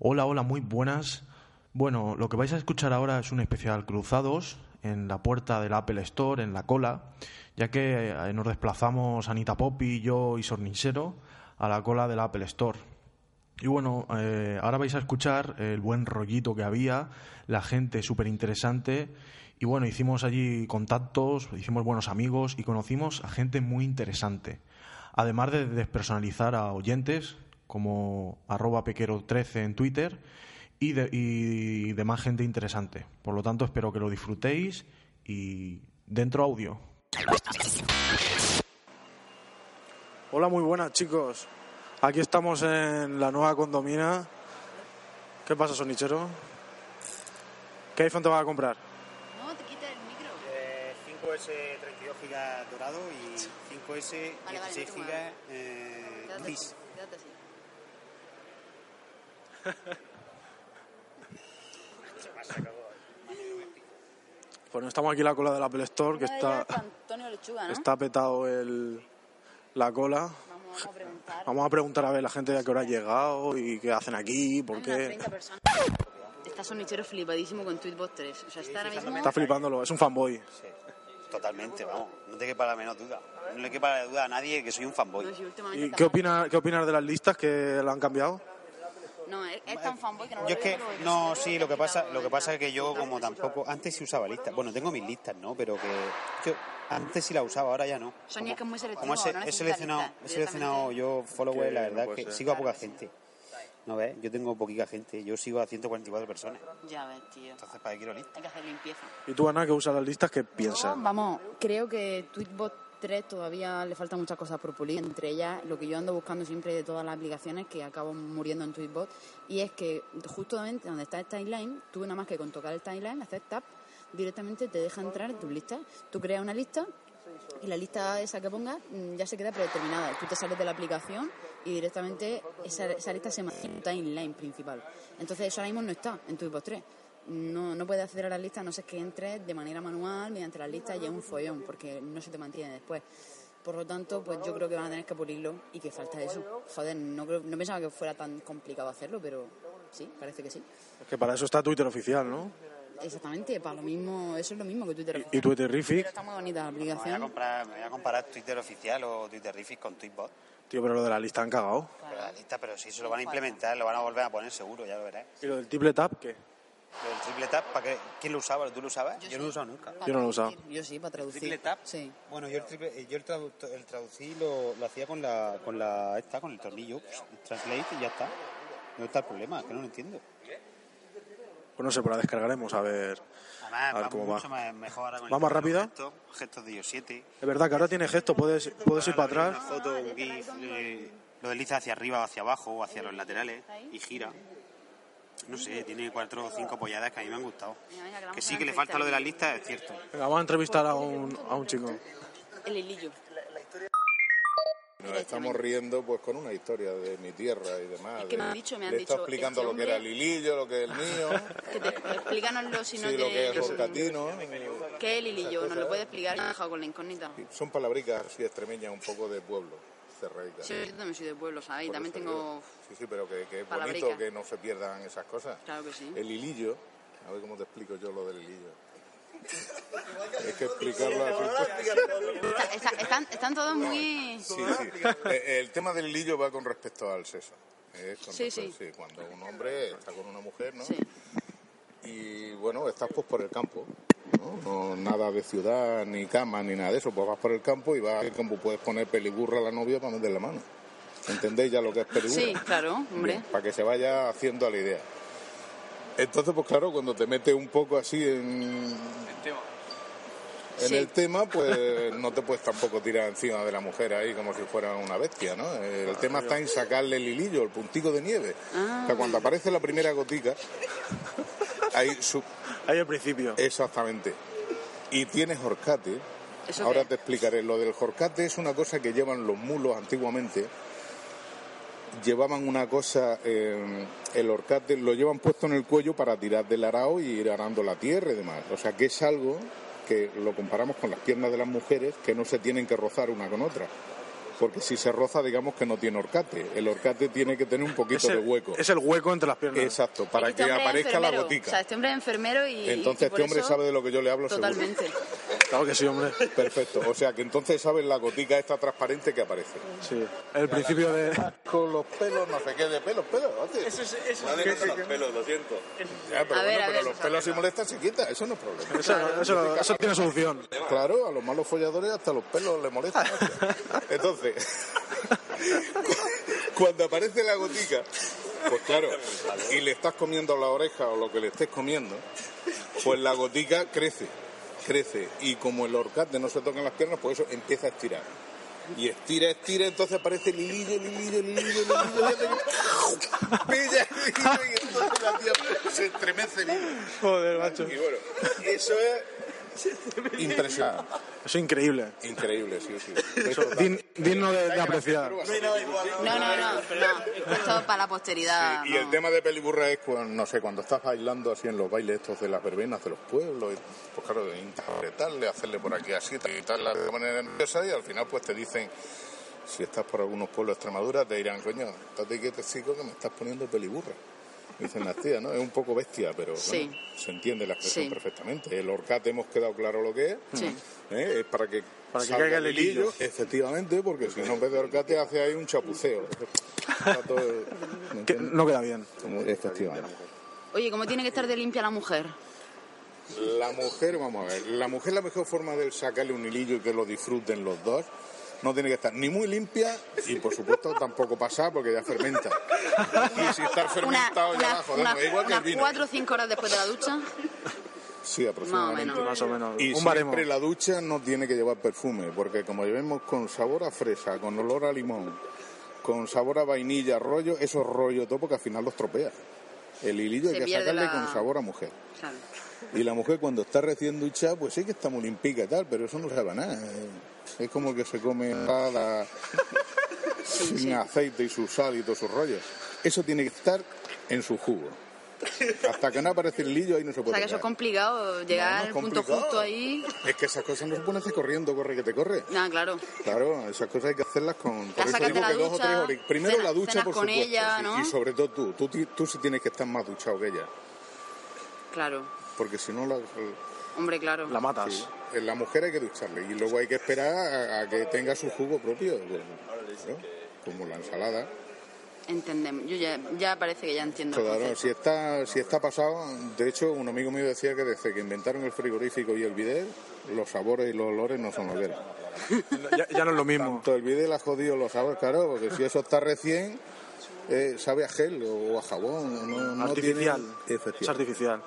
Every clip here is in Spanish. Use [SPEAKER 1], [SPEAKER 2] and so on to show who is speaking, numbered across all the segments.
[SPEAKER 1] Hola, hola, muy buenas. Bueno, lo que vais a escuchar ahora es un especial Cruzados en la puerta del Apple Store, en la cola, ya que eh, nos desplazamos Anita Poppy, yo y Sorninsero a la cola del Apple Store. Y bueno, eh, ahora vais a escuchar el buen rollito que había, la gente súper interesante. Y bueno, hicimos allí contactos, hicimos buenos amigos y conocimos a gente muy interesante. Además de despersonalizar a oyentes, como arroba pequero13 en Twitter, y, de- y demás gente interesante. Por lo tanto, espero que lo disfrutéis y dentro audio. Hola, muy buenas chicos. Aquí estamos en la nueva condomina. ¿Qué pasa, Sonichero? ¿Qué iPhone te vas a comprar?
[SPEAKER 2] No, te quita el micro.
[SPEAKER 3] Eh, 5S 32 GB dorado y 5S
[SPEAKER 2] Vale, vale,
[SPEAKER 3] 16
[SPEAKER 2] no te
[SPEAKER 3] GB
[SPEAKER 2] muevas.
[SPEAKER 3] eh,
[SPEAKER 2] Quédate así,
[SPEAKER 3] gris.
[SPEAKER 2] quédate así.
[SPEAKER 1] Bueno, Pues estamos aquí en la cola del Apple Store, que
[SPEAKER 2] Una de ellas
[SPEAKER 1] está,
[SPEAKER 2] es Antonio Lechuga, ¿no?
[SPEAKER 1] está petado el, la cola.
[SPEAKER 2] Vamos a preguntar.
[SPEAKER 1] Vamos a preguntar a ver la gente a qué hora ha llegado y qué hacen aquí, por
[SPEAKER 2] Hay unas
[SPEAKER 1] qué.
[SPEAKER 2] 30 personas. Está sonichero flipadísimo con Tweetbot 3. O sea, está ahora mismo...
[SPEAKER 1] Está flipándolo, es un fanboy.
[SPEAKER 3] Sí, totalmente, vamos. No te quepa la menor duda. No le quepa la duda a nadie que soy un
[SPEAKER 2] No,
[SPEAKER 3] fanboy.
[SPEAKER 2] si últimamente
[SPEAKER 1] ¿Y
[SPEAKER 2] está
[SPEAKER 1] qué
[SPEAKER 2] mal.
[SPEAKER 1] opinas qué opinas de las listas que la han cambiado?
[SPEAKER 2] No, es, es tan fanboy que no lo
[SPEAKER 3] Yo es
[SPEAKER 2] veo,
[SPEAKER 3] que,
[SPEAKER 2] pero
[SPEAKER 3] no,
[SPEAKER 2] yo
[SPEAKER 3] sí,
[SPEAKER 2] creo
[SPEAKER 3] lo que
[SPEAKER 2] quita
[SPEAKER 3] pasa,
[SPEAKER 2] la
[SPEAKER 3] lo que pasa es que yo
[SPEAKER 2] ventana.
[SPEAKER 3] como tampoco, antes sí usaba listas, bueno, tengo mis listas, ¿no? Pero que yo antes sí la usaba, ahora ya no.
[SPEAKER 2] Sonia, que es muy selectivo,
[SPEAKER 3] Como he, se-
[SPEAKER 2] no
[SPEAKER 3] he
[SPEAKER 2] necesita
[SPEAKER 3] seleccionado,
[SPEAKER 2] listas,
[SPEAKER 3] he seleccionado yo
[SPEAKER 1] Que
[SPEAKER 3] followers, la
[SPEAKER 1] no
[SPEAKER 3] verdad
[SPEAKER 1] puede
[SPEAKER 3] que
[SPEAKER 1] ser.
[SPEAKER 3] sigo a poca gente. ¿No ves? Yo tengo poquita gente, yo sigo a 144 personas.
[SPEAKER 2] Ya ves, tío.
[SPEAKER 3] Entonces, ¿para qué quiero listas?
[SPEAKER 2] Hay que hacer limpieza.
[SPEAKER 1] ¿Y tú, Ana, que usas las listas, qué piensas?
[SPEAKER 4] Vamos, creo que Tweetbot 3 todavía le faltan muchas cosas por pulir. Entre ellas, lo que yo ando buscando siempre de todas las aplicaciones que acabo muriendo en Tweetbot, y es que justamente donde está el timeline, tú nada más que con tocar el timeline, hacer tap, directamente te deja entrar en tus listas. Tú creas una lista y la lista esa que pongas mm, ya se queda predeterminada. Tú te sales de la aplicación y directamente esa, esa lista se mantiene en tu timeline principal. Entonces eso ahora mismo no está en Tweetbot 3. No, no puedes acceder a las listas a no ser que entres de manera manual mediante las listas y es un follón porque no se te mantiene después. Por lo tanto, pues yo creo que van a tener que pulirlo y que falta eso. Joder, no, creo- no pensaba que fuera tan complicado hacerlo, pero sí, parece que sí.
[SPEAKER 1] Es que para eso está Twitter oficial, ¿no?
[SPEAKER 4] Exactamente, para lo mismo, eso es lo mismo que Twitter.
[SPEAKER 1] Y
[SPEAKER 4] Pero
[SPEAKER 1] Twitterific,
[SPEAKER 4] está muy bonita la
[SPEAKER 3] Me voy a
[SPEAKER 4] aplicación.
[SPEAKER 3] comprar- me voy a comparar Twitter oficial o Twitterific con Tweetbot.
[SPEAKER 1] tío, pero lo de la lista han cagado.
[SPEAKER 3] Pero la lista, pero sí, se lo van a implementar, lo van a volver a poner seguro, ya lo verás.
[SPEAKER 1] ¿Y lo del triple tap, qué?
[SPEAKER 3] Pero el triple tap, ¿para qué? ¿quién lo usaba? ¿Tú lo usabas? Yo, no lo usaba nunca.
[SPEAKER 1] Yo no lo he usado.
[SPEAKER 4] Yo sí, para traducir.
[SPEAKER 3] ¿Triple tap?
[SPEAKER 4] Sí.
[SPEAKER 3] Bueno, yo el, triple, eh, yo el, traductor- el traducir lo, lo hacía con la, con la, esta, con el tornillo, psh, translate y ya está. No está el problema, es que no lo entiendo.
[SPEAKER 1] Pues no sé, pues la descargaremos, a ver.
[SPEAKER 3] Además,
[SPEAKER 1] A ver
[SPEAKER 3] va
[SPEAKER 1] cómo
[SPEAKER 3] Ah, mucho
[SPEAKER 1] va.
[SPEAKER 3] más- mejor ahora con
[SPEAKER 1] ¿Va
[SPEAKER 3] el
[SPEAKER 1] más
[SPEAKER 3] teléfono,
[SPEAKER 1] rápida?
[SPEAKER 3] Gestos, gestos de iOS 7.
[SPEAKER 1] Es verdad que ahora tiene gestos, puedes, puedes ir
[SPEAKER 3] Ahora
[SPEAKER 1] para
[SPEAKER 3] le
[SPEAKER 1] atrás.
[SPEAKER 3] pones Una foto, un GIF, eh, lo desliza hacia arriba o hacia abajo o hacia los laterales y gira. No sé, tiene cuatro o cinco polladas que a mí me han gustado.
[SPEAKER 2] venga, que la
[SPEAKER 3] Que
[SPEAKER 2] vamos
[SPEAKER 3] sí,
[SPEAKER 2] a
[SPEAKER 3] que le falta lo de las listas, es cierto.
[SPEAKER 1] Venga, vamos a entrevistar a un, a un chico.
[SPEAKER 2] El hilillo.
[SPEAKER 5] Nos estamos riendo pues con una historia de mi tierra y demás.
[SPEAKER 2] este Es que me
[SPEAKER 5] de-
[SPEAKER 2] han dicho, me han
[SPEAKER 5] le está
[SPEAKER 2] dicho,
[SPEAKER 5] explicando
[SPEAKER 2] este
[SPEAKER 5] lo que era el
[SPEAKER 2] hombre-
[SPEAKER 5] hilillo, lo que es el mío,
[SPEAKER 2] Que te, explícanoslo si
[SPEAKER 5] sí,
[SPEAKER 2] no
[SPEAKER 5] lo que
[SPEAKER 2] te...
[SPEAKER 5] es el roscatino.
[SPEAKER 2] ¿Qué es el hilillo? ¿Nos lo puede explicar? Yo he dejado con la incógnita.
[SPEAKER 5] Son palabricas así extremeñas, un poco de pueblo, cerraicas.
[SPEAKER 2] Sí, yo también soy de pueblo, ¿sabéis?
[SPEAKER 5] Por
[SPEAKER 2] También
[SPEAKER 5] eso
[SPEAKER 2] tengo...
[SPEAKER 5] digo. Sí, sí, pero que, que es
[SPEAKER 2] palabricas.
[SPEAKER 5] bonito que no se pierdan esas cosas.
[SPEAKER 2] Claro que sí.
[SPEAKER 5] El hilillo, a ver cómo te explico yo lo del hilillo. es que explicarlo así. pues,
[SPEAKER 2] Está- está- están, están todos muy...
[SPEAKER 5] Sí, sí. Eh, El tema del lillo va con respecto al sexo. Es con
[SPEAKER 2] Sí,
[SPEAKER 5] respecto-
[SPEAKER 2] sí.
[SPEAKER 5] Cuando un hombre está con una mujer, ¿no?
[SPEAKER 2] Sí.
[SPEAKER 5] Y bueno, estás pues por el campo. ¿no? No, nada de ciudad, ni cama, ni nada de eso. Pues vas por el campo y vas al campo. Puedes poner peliburra a la novia para meter la mano. ¿Entendéis ya lo que es peliburra?
[SPEAKER 2] Sí, claro, hombre.
[SPEAKER 5] Bien, para que se vaya haciendo a la idea. Entonces, pues claro, cuando te metes un poco así en... en
[SPEAKER 6] Sí.
[SPEAKER 5] el tema, pues no te puedes tampoco tirar encima de la mujer ahí como si fuera una bestia, ¿no? El tema está en sacarle el hilillo, el puntico de nieve.
[SPEAKER 6] Ah.
[SPEAKER 5] O sea, cuando aparece la primera gotica, ahí su-
[SPEAKER 1] Ahí al principio.
[SPEAKER 5] Exactamente. Y tienes horcate.
[SPEAKER 4] ¿Eso
[SPEAKER 5] Ahora
[SPEAKER 4] qué?
[SPEAKER 5] te explicaré. Lo del horcate es una cosa que llevan los mulos antiguamente. Llevaban una cosa, eh, el horcate, lo llevan puesto en el cuello para tirar del arao y ir arando la tierra y demás. O sea, que es algo que lo comparamos con las piernas de las mujeres que no se tienen que rozar una con otra. Porque si se roza, digamos que no tiene horcate. El horcate tiene que tener un poquito de
[SPEAKER 1] el,
[SPEAKER 5] hueco.
[SPEAKER 1] es el hueco entre las piernas.
[SPEAKER 5] Exacto, para
[SPEAKER 4] Este
[SPEAKER 5] que
[SPEAKER 4] hombre es
[SPEAKER 5] aparezca la
[SPEAKER 4] enfermero,
[SPEAKER 5] gotica.
[SPEAKER 4] O sea, este hombre es enfermero y.
[SPEAKER 5] Entonces,
[SPEAKER 4] y por
[SPEAKER 5] este hombre
[SPEAKER 4] eso,
[SPEAKER 5] sabe de lo que yo le hablo seguro.
[SPEAKER 4] Totalmente.
[SPEAKER 1] Claro que sí, hombre.
[SPEAKER 5] Perfecto, o sea que entonces sabes la gotica esta transparente que aparece.
[SPEAKER 1] Sí. El principio de...
[SPEAKER 5] Con los pelos, no sé qué, de pelos, pelos,
[SPEAKER 6] Eso es, eso es-
[SPEAKER 7] pelos, lo siento.
[SPEAKER 5] Ya, pero
[SPEAKER 4] A ver, a
[SPEAKER 5] bueno, pero
[SPEAKER 4] ver,
[SPEAKER 5] los
[SPEAKER 4] o sea,
[SPEAKER 5] pelos si molestan se quita, eso no es problema.
[SPEAKER 1] Eso, eso, eso tiene solución.
[SPEAKER 5] Claro, a los malos folladores hasta los pelos les molestan. hostia. Entonces, cuando aparece la gotica, pues claro, y le estás comiendo la oreja o lo que le estés comiendo, pues la gotica crece, crece. Y como el horcate no se toca en las piernas, pues eso empieza a estirar. Y estira, estira, entonces aparece el hilillo, el hilillo, el hilillo, el hilillo, el hilillo. Pilla el hilillo y entonces la tía se estremece. el hilo.
[SPEAKER 1] Joder, macho.
[SPEAKER 5] Y bueno, eso es impresionante.
[SPEAKER 1] Eso es increíble.
[SPEAKER 5] Increíble, sí, sí.
[SPEAKER 1] Din- digno de, de apreciar.
[SPEAKER 4] No, no, no. no. Esto para la posteridad.
[SPEAKER 5] Y el
[SPEAKER 4] no.
[SPEAKER 5] tema de peliburra es, cuando, no sé, cuando estás bailando así en los bailes estos de las verbenas de los pueblos, y, pues claro, de interpretarle, hacerle por aquí así, quitarla de manera nerviosa y al final pues te dicen, si estás por algunos pueblos de Extremadura, te dirán, coño, estate quieto chico que me estás poniendo peliburra. Dicen las tías, ¿no? Es un poco bestia, pero
[SPEAKER 4] Sí.
[SPEAKER 5] bueno, se entiende la expresión
[SPEAKER 4] Sí.
[SPEAKER 5] perfectamente. El horcate hemos quedado claro lo que es.
[SPEAKER 4] Sí.
[SPEAKER 5] ¿eh? Es para que,
[SPEAKER 1] Para que
[SPEAKER 5] salga
[SPEAKER 1] caiga el hilillo.
[SPEAKER 5] Efectivamente, porque si no, en vez de horcate, hace ahí un chapuceo. Está todo- ¿me
[SPEAKER 1] Que
[SPEAKER 5] entiendes?
[SPEAKER 1] no queda bien.
[SPEAKER 5] Como- Efectivamente.
[SPEAKER 4] Oye, ¿cómo tiene que estar de limpia la mujer?
[SPEAKER 5] La mujer, vamos a ver, la mujer la mejor forma de sacarle un hilillo y que lo disfruten los dos, no tiene que estar ni muy limpia y por supuesto tampoco pasar porque ya fermenta. Y si está
[SPEAKER 4] Una,
[SPEAKER 5] fermentado ya
[SPEAKER 4] una-
[SPEAKER 5] abajo,
[SPEAKER 4] una-
[SPEAKER 5] igual que el
[SPEAKER 4] unas
[SPEAKER 5] vino.
[SPEAKER 4] cuatro o cinco horas después de la ducha.
[SPEAKER 5] Sí, aproximadamente.
[SPEAKER 4] Más o menos.
[SPEAKER 1] Más o menos.
[SPEAKER 5] Y
[SPEAKER 1] un baremo.
[SPEAKER 5] siempre la ducha no tiene que llevar perfume, porque como llevemos con sabor a fresa, con olor a limón, con sabor a vainilla, rollo, eso es rollo todo porque al final los tropea. El hilillo
[SPEAKER 4] Se
[SPEAKER 5] hay que
[SPEAKER 4] pierde
[SPEAKER 5] sacarle
[SPEAKER 4] la-
[SPEAKER 5] con sabor a mujer.
[SPEAKER 4] Claro.
[SPEAKER 5] Y la mujer cuando está recién duchada, pues sí que está muy limpica y tal, pero eso no sabe a nada. Es como que se come nada sin aceite y su sal y todos sus rollos. Eso tiene que estar en su jugo. Hasta que no aparece el lillo, ahí no se
[SPEAKER 4] O
[SPEAKER 5] puede
[SPEAKER 4] sea que eso es
[SPEAKER 5] tocar.
[SPEAKER 4] complicado, llegar
[SPEAKER 5] No, no es
[SPEAKER 4] al punto
[SPEAKER 5] complicado.
[SPEAKER 4] justo ahí.
[SPEAKER 5] Es que esas cosas no se pueden hacer corriendo, corre que te corre.
[SPEAKER 4] Nada, claro.
[SPEAKER 5] Claro, esas cosas hay que hacerlas con...
[SPEAKER 4] La sacas de la
[SPEAKER 5] dos o
[SPEAKER 4] ducha,
[SPEAKER 5] tres horas. Primero
[SPEAKER 4] cena-
[SPEAKER 5] la ducha,
[SPEAKER 4] cenas
[SPEAKER 5] por
[SPEAKER 4] con
[SPEAKER 5] supuesto.
[SPEAKER 4] ella,
[SPEAKER 5] sí,
[SPEAKER 4] ¿no?
[SPEAKER 5] Y sobre todo tú. tú. ti- Tú sí tienes que estar más duchado que ella.
[SPEAKER 4] Claro.
[SPEAKER 5] Porque si no, la,
[SPEAKER 4] Hombre, claro.
[SPEAKER 1] La matas.
[SPEAKER 5] en la mujer hay que ducharle. Y luego hay que esperar a, a que tenga su jugo propio. pues, ¿no? Como la ensalada.
[SPEAKER 4] Entendemos. Yo ya, ya parece que ya entiendo. el
[SPEAKER 5] Claro,
[SPEAKER 4] concepto.
[SPEAKER 5] si está, si está pasado, de hecho, un amigo mío decía que desde que inventaron el frigorífico y el bidet, los sabores y los olores no son los que eran.
[SPEAKER 1] Ya, ya no es lo mismo.
[SPEAKER 5] Tanto el bidet la jodido los sabores, claro, porque si eso está recién, eh, sabe a gel o a jabón. No, no
[SPEAKER 1] Artificial.
[SPEAKER 5] Tiene...
[SPEAKER 1] Es
[SPEAKER 5] Efectivamente.
[SPEAKER 1] artificial.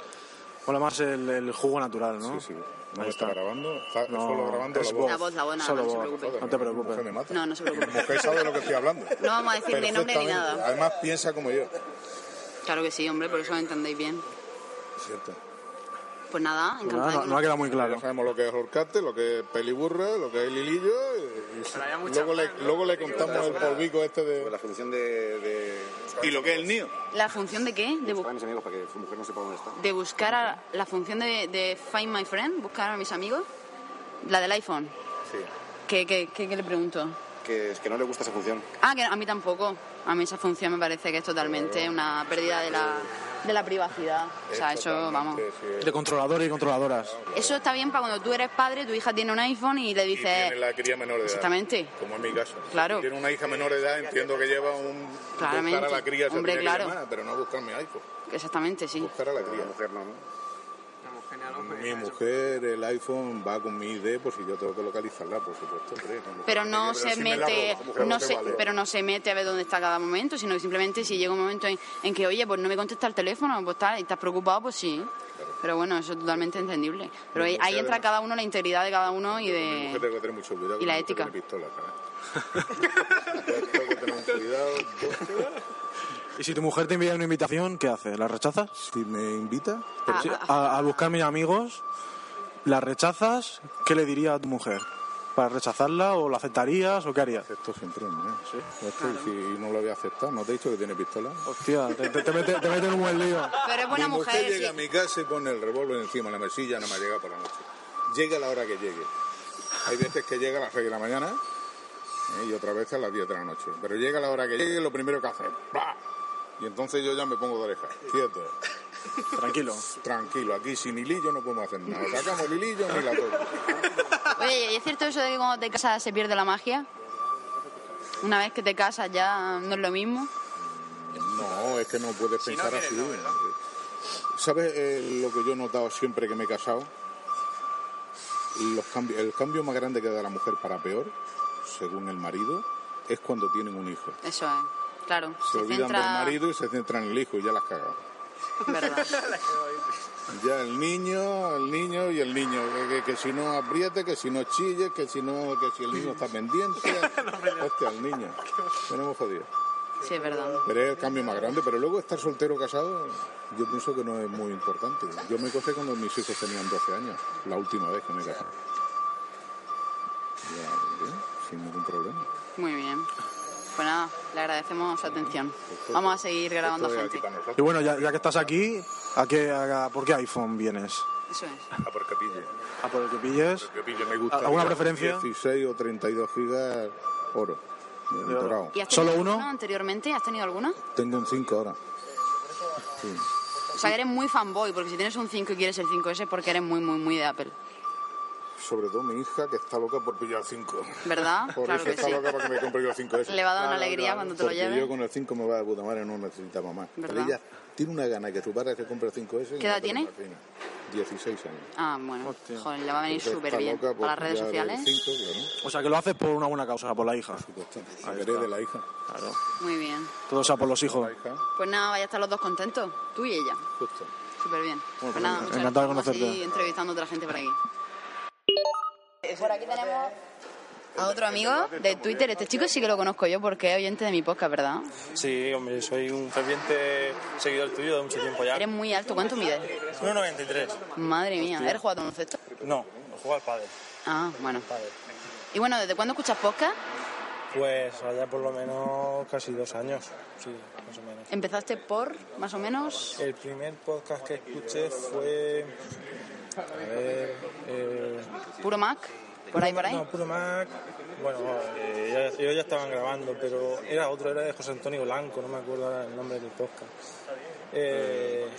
[SPEAKER 1] Mola más el, el jugo natural, ¿no?
[SPEAKER 5] Sí, sí. No
[SPEAKER 1] Ahí
[SPEAKER 5] me está
[SPEAKER 1] está.
[SPEAKER 5] grabando, está
[SPEAKER 1] No,
[SPEAKER 5] solo grabando
[SPEAKER 1] es
[SPEAKER 5] la voz.
[SPEAKER 4] La voz, la voz, nada,
[SPEAKER 1] Solo
[SPEAKER 4] no se
[SPEAKER 1] voz.
[SPEAKER 4] preocupe.
[SPEAKER 1] No te
[SPEAKER 5] Mujer me
[SPEAKER 1] preocupes.
[SPEAKER 5] mata.
[SPEAKER 4] No, no se preocupe.
[SPEAKER 5] Mi mujer sabe de lo que estoy hablando.
[SPEAKER 4] No vamos a decir ni nombre ni
[SPEAKER 5] Perfectamente.
[SPEAKER 4] nada.
[SPEAKER 5] Además piensa como yo.
[SPEAKER 4] Claro que sí, hombre, por eso lo entendéis bien.
[SPEAKER 5] Cierto.
[SPEAKER 4] Pues nada, encantada.
[SPEAKER 1] No,
[SPEAKER 4] que
[SPEAKER 1] no ha
[SPEAKER 4] nos-
[SPEAKER 1] quedado muy
[SPEAKER 5] Ya
[SPEAKER 1] claro.
[SPEAKER 5] sabemos lo que es horcate, lo que es peliburra, lo que es lilillo. y-
[SPEAKER 6] había
[SPEAKER 5] y-
[SPEAKER 6] mucha
[SPEAKER 5] luego, le,
[SPEAKER 6] más, ¿no?
[SPEAKER 5] luego le contamos el polvico este
[SPEAKER 7] Pues
[SPEAKER 5] de...
[SPEAKER 7] la función de... de...
[SPEAKER 5] Y lo que es el nío.
[SPEAKER 4] ¿La función de qué? De, bu-
[SPEAKER 7] Buscar a mis amigos para que su mujer no sepa dónde está.
[SPEAKER 4] de buscar a... La función de, de Find My Friend, buscar a mis amigos. La del iPhone.
[SPEAKER 7] Sí.
[SPEAKER 4] ¿Qué, qué, qué, qué le pregunto?
[SPEAKER 7] Que, es que no le gusta esa función.
[SPEAKER 4] Ah, que a mí tampoco. A mí esa función me parece que es totalmente una pérdida de la, de la privacidad. O sea, eso, vamos.
[SPEAKER 1] De controladores y controladoras.
[SPEAKER 4] Eso está bien para cuando tú eres padre, tu hija tiene un iPhone y le
[SPEAKER 5] Y
[SPEAKER 4] dices...
[SPEAKER 5] tiene la cría menor de edad.
[SPEAKER 4] Exactamente.
[SPEAKER 5] Como en mi caso.
[SPEAKER 4] Claro.
[SPEAKER 5] Si tiene una hija menor de edad, entiendo que lleva un...
[SPEAKER 4] Claramente.
[SPEAKER 5] Buscar a la cría, se
[SPEAKER 4] Hombre,
[SPEAKER 5] tenía que
[SPEAKER 4] claro.
[SPEAKER 5] llamar, pero no buscar mi iPhone.
[SPEAKER 4] Exactamente, sí.
[SPEAKER 5] Buscar a la
[SPEAKER 7] Pero
[SPEAKER 5] cría.
[SPEAKER 7] la mujer no, ¿no?
[SPEAKER 5] Mi mujer, el iPhone va con mi ID, pues si yo tengo que localizarla, por supuesto. hombre, mujer.
[SPEAKER 4] pero no
[SPEAKER 5] Pero
[SPEAKER 4] se
[SPEAKER 5] si me la
[SPEAKER 4] mete
[SPEAKER 5] roba, mujer,
[SPEAKER 4] no
[SPEAKER 5] te
[SPEAKER 4] se,
[SPEAKER 5] vale.
[SPEAKER 4] pero no se mete a ver dónde está cada momento sino que simplemente si llega un momento en, en que oye pues no me contesta el teléfono pues tal y estás preocupado pues sí Pero bueno, eso es totalmente entendible. Pero ahí,
[SPEAKER 5] Mujer,
[SPEAKER 4] ahí entra
[SPEAKER 5] además.
[SPEAKER 4] cada uno, la integridad de cada uno y
[SPEAKER 5] Mi mujer tengo
[SPEAKER 4] de...
[SPEAKER 5] que tener mucho cuidado.
[SPEAKER 4] y la
[SPEAKER 5] mi mujer
[SPEAKER 4] ética.
[SPEAKER 5] tiene pistola, ¿sabes? tengo que tener un cuidado.
[SPEAKER 1] Y si tu mujer te envía una invitación, ¿qué haces? ¿La rechazas?
[SPEAKER 5] Si me invita,
[SPEAKER 1] Sí,
[SPEAKER 4] Ah,
[SPEAKER 1] A, a buscar a mis amigos, ¿la rechazas? ¿Qué le dirías a tu mujer? ¿Para rechazarla o la aceptarías o qué harías?
[SPEAKER 5] esto siempre no ¿eh? Esto, y si no lo voy a aceptar, ¿no te he dicho que tiene pistola?
[SPEAKER 1] Hostia, te, te, te mete, te mete en un buen lío.
[SPEAKER 4] Pero es buena
[SPEAKER 5] Mi mujer
[SPEAKER 4] mujer,
[SPEAKER 5] llega a
[SPEAKER 4] sí.
[SPEAKER 5] mi casa y pone el revólver encima de la mesilla, no me llega por la noche. Llega a la hora que llegue. Hay veces que llega a las 6 de la mañana eh, y otra vez a las 10 de la noche. Pero llega a la hora que llegue lo primero que hace. ¡bra! Y entonces yo ya me pongo de oreja. Quieto,
[SPEAKER 1] Tranquilo.
[SPEAKER 5] tranquilo. Aquí sin hilillo no podemos hacer nada. Sacamos el hilillo ni la toco.
[SPEAKER 4] Oye, ¿y ¿es cierto eso de que cuando te casas se pierde la magia? Una vez que te casas ya no es lo mismo.
[SPEAKER 5] No, es que no puedes pensar así. ¿Sabes eh, lo que yo he notado siempre que me he casado? Los cambios, el cambio más grande que da la mujer para peor, según el marido, es cuando tienen un hijo.
[SPEAKER 4] Eso es, claro.
[SPEAKER 5] Se, olvidan del marido y se centran en el hijo y ya las cagado.
[SPEAKER 4] Verdad.
[SPEAKER 5] Ya el niño, el niño y el niño. Que, que- que si no apriete, que si no chille, que si no, que si el niño está pendiente. Hostia, el niño. Tenemos jodido.
[SPEAKER 4] Sí, es verdad.
[SPEAKER 5] Pero es el cambio más grande. Pero luego estar soltero o casado, yo pienso que no es muy importante. Yo me casé cuando mis hijos tenían 12 años, la última vez que me casé. Ya, bien, sin ningún problema.
[SPEAKER 4] Muy bien. Pues nada, le agradecemos su atención. Vamos a seguir grabando
[SPEAKER 5] Pues Esto es aquí
[SPEAKER 4] gente.
[SPEAKER 5] para nosotros.
[SPEAKER 1] Y bueno, ya, ya que estás aquí, ¿a qué, a- ¿por qué iPhone vienes?
[SPEAKER 4] Eso es.
[SPEAKER 5] A por capilla.
[SPEAKER 1] ¿A Ah, por el que pilles?
[SPEAKER 5] Por capilla, me gusta.
[SPEAKER 1] ¿Alguna preferencia?
[SPEAKER 5] 16 o 32 gigas oro. de
[SPEAKER 1] De oro.
[SPEAKER 5] dorado.
[SPEAKER 4] ¿Y has
[SPEAKER 1] ¿Solo
[SPEAKER 4] tenido
[SPEAKER 1] uno?
[SPEAKER 4] alguno anteriormente? ¿Has tenido alguna?
[SPEAKER 5] Tengo un 5 ahora. Sí.
[SPEAKER 4] O sea, que eres muy fanboy, porque si tienes un 5 y quieres el 5S, es porque eres muy, muy, muy de Apple.
[SPEAKER 5] Sobre todo mi hija que está loca por pillar 5.
[SPEAKER 4] ¿Verdad?
[SPEAKER 5] Por
[SPEAKER 4] claro
[SPEAKER 5] eso
[SPEAKER 4] que
[SPEAKER 5] está
[SPEAKER 4] sí.
[SPEAKER 5] loca para que me compre yo el 5S.
[SPEAKER 4] Le va a dar una alegría cuando te lo
[SPEAKER 5] Porque
[SPEAKER 4] lleve.
[SPEAKER 5] yo con el 5 me va de puta madre, no necesitaba más. Pero
[SPEAKER 4] ¿Verdad?
[SPEAKER 5] ella tiene una gana que su padre se compre el 5S. y
[SPEAKER 4] ¿Qué
[SPEAKER 5] no
[SPEAKER 4] edad
[SPEAKER 5] te lo
[SPEAKER 4] tiene?
[SPEAKER 5] imaginas. 16 años.
[SPEAKER 4] Ah, bueno.
[SPEAKER 1] Hostia.
[SPEAKER 4] Joder, le va a venir
[SPEAKER 5] Entonces,
[SPEAKER 4] súper
[SPEAKER 5] está
[SPEAKER 4] bien.
[SPEAKER 5] loca por
[SPEAKER 4] A las redes
[SPEAKER 5] pillar el
[SPEAKER 4] sociales.
[SPEAKER 5] 5, claro.
[SPEAKER 1] O sea, que lo haces por una buena causa, por la hija.
[SPEAKER 5] Por supuesto. Veré de la hija.
[SPEAKER 1] Claro.
[SPEAKER 4] Muy bien.
[SPEAKER 1] Todo sea por los hijos.
[SPEAKER 5] La hija,
[SPEAKER 4] Pues nada, vaya a estar los dos contentos, tú y ella.
[SPEAKER 5] justo.
[SPEAKER 4] Súper bien. Pues nada, muchas gracias.
[SPEAKER 1] encantado de
[SPEAKER 4] Vamos a seguir
[SPEAKER 1] conocerte.
[SPEAKER 4] entrevistando a otra gente por aquí. Por aquí tenemos a
[SPEAKER 5] Este
[SPEAKER 4] otro amigo de Twitter. Este chico sí que lo conozco yo porque es oyente de mi podcast, ¿verdad?
[SPEAKER 6] Sí, hombre, soy un ferviente seguidor tuyo de mucho tiempo ya.
[SPEAKER 4] Eres muy alto. ¿Cuánto mides?
[SPEAKER 6] 1,93.
[SPEAKER 4] Madre mía. ¿Eres jugado baloncesto?
[SPEAKER 6] No, no juego al pádel.
[SPEAKER 4] Ah, bueno. Y bueno, ¿desde cuándo escuchas podcast?
[SPEAKER 6] Pues allá por lo menos casi dos años, sí, más o menos.
[SPEAKER 4] ¿Empezaste por, más o menos?
[SPEAKER 6] El primer podcast que escuché fue... A ver... eh,
[SPEAKER 4] ¿Puro Mac? ¿Por ahí, por ahí?
[SPEAKER 6] No, Puro Mac. Bueno, eh, ya- ellos ya estaban grabando, pero era otro, era de José Antonio Blanco, no me acuerdo ahora el nombre del podcast. Eh,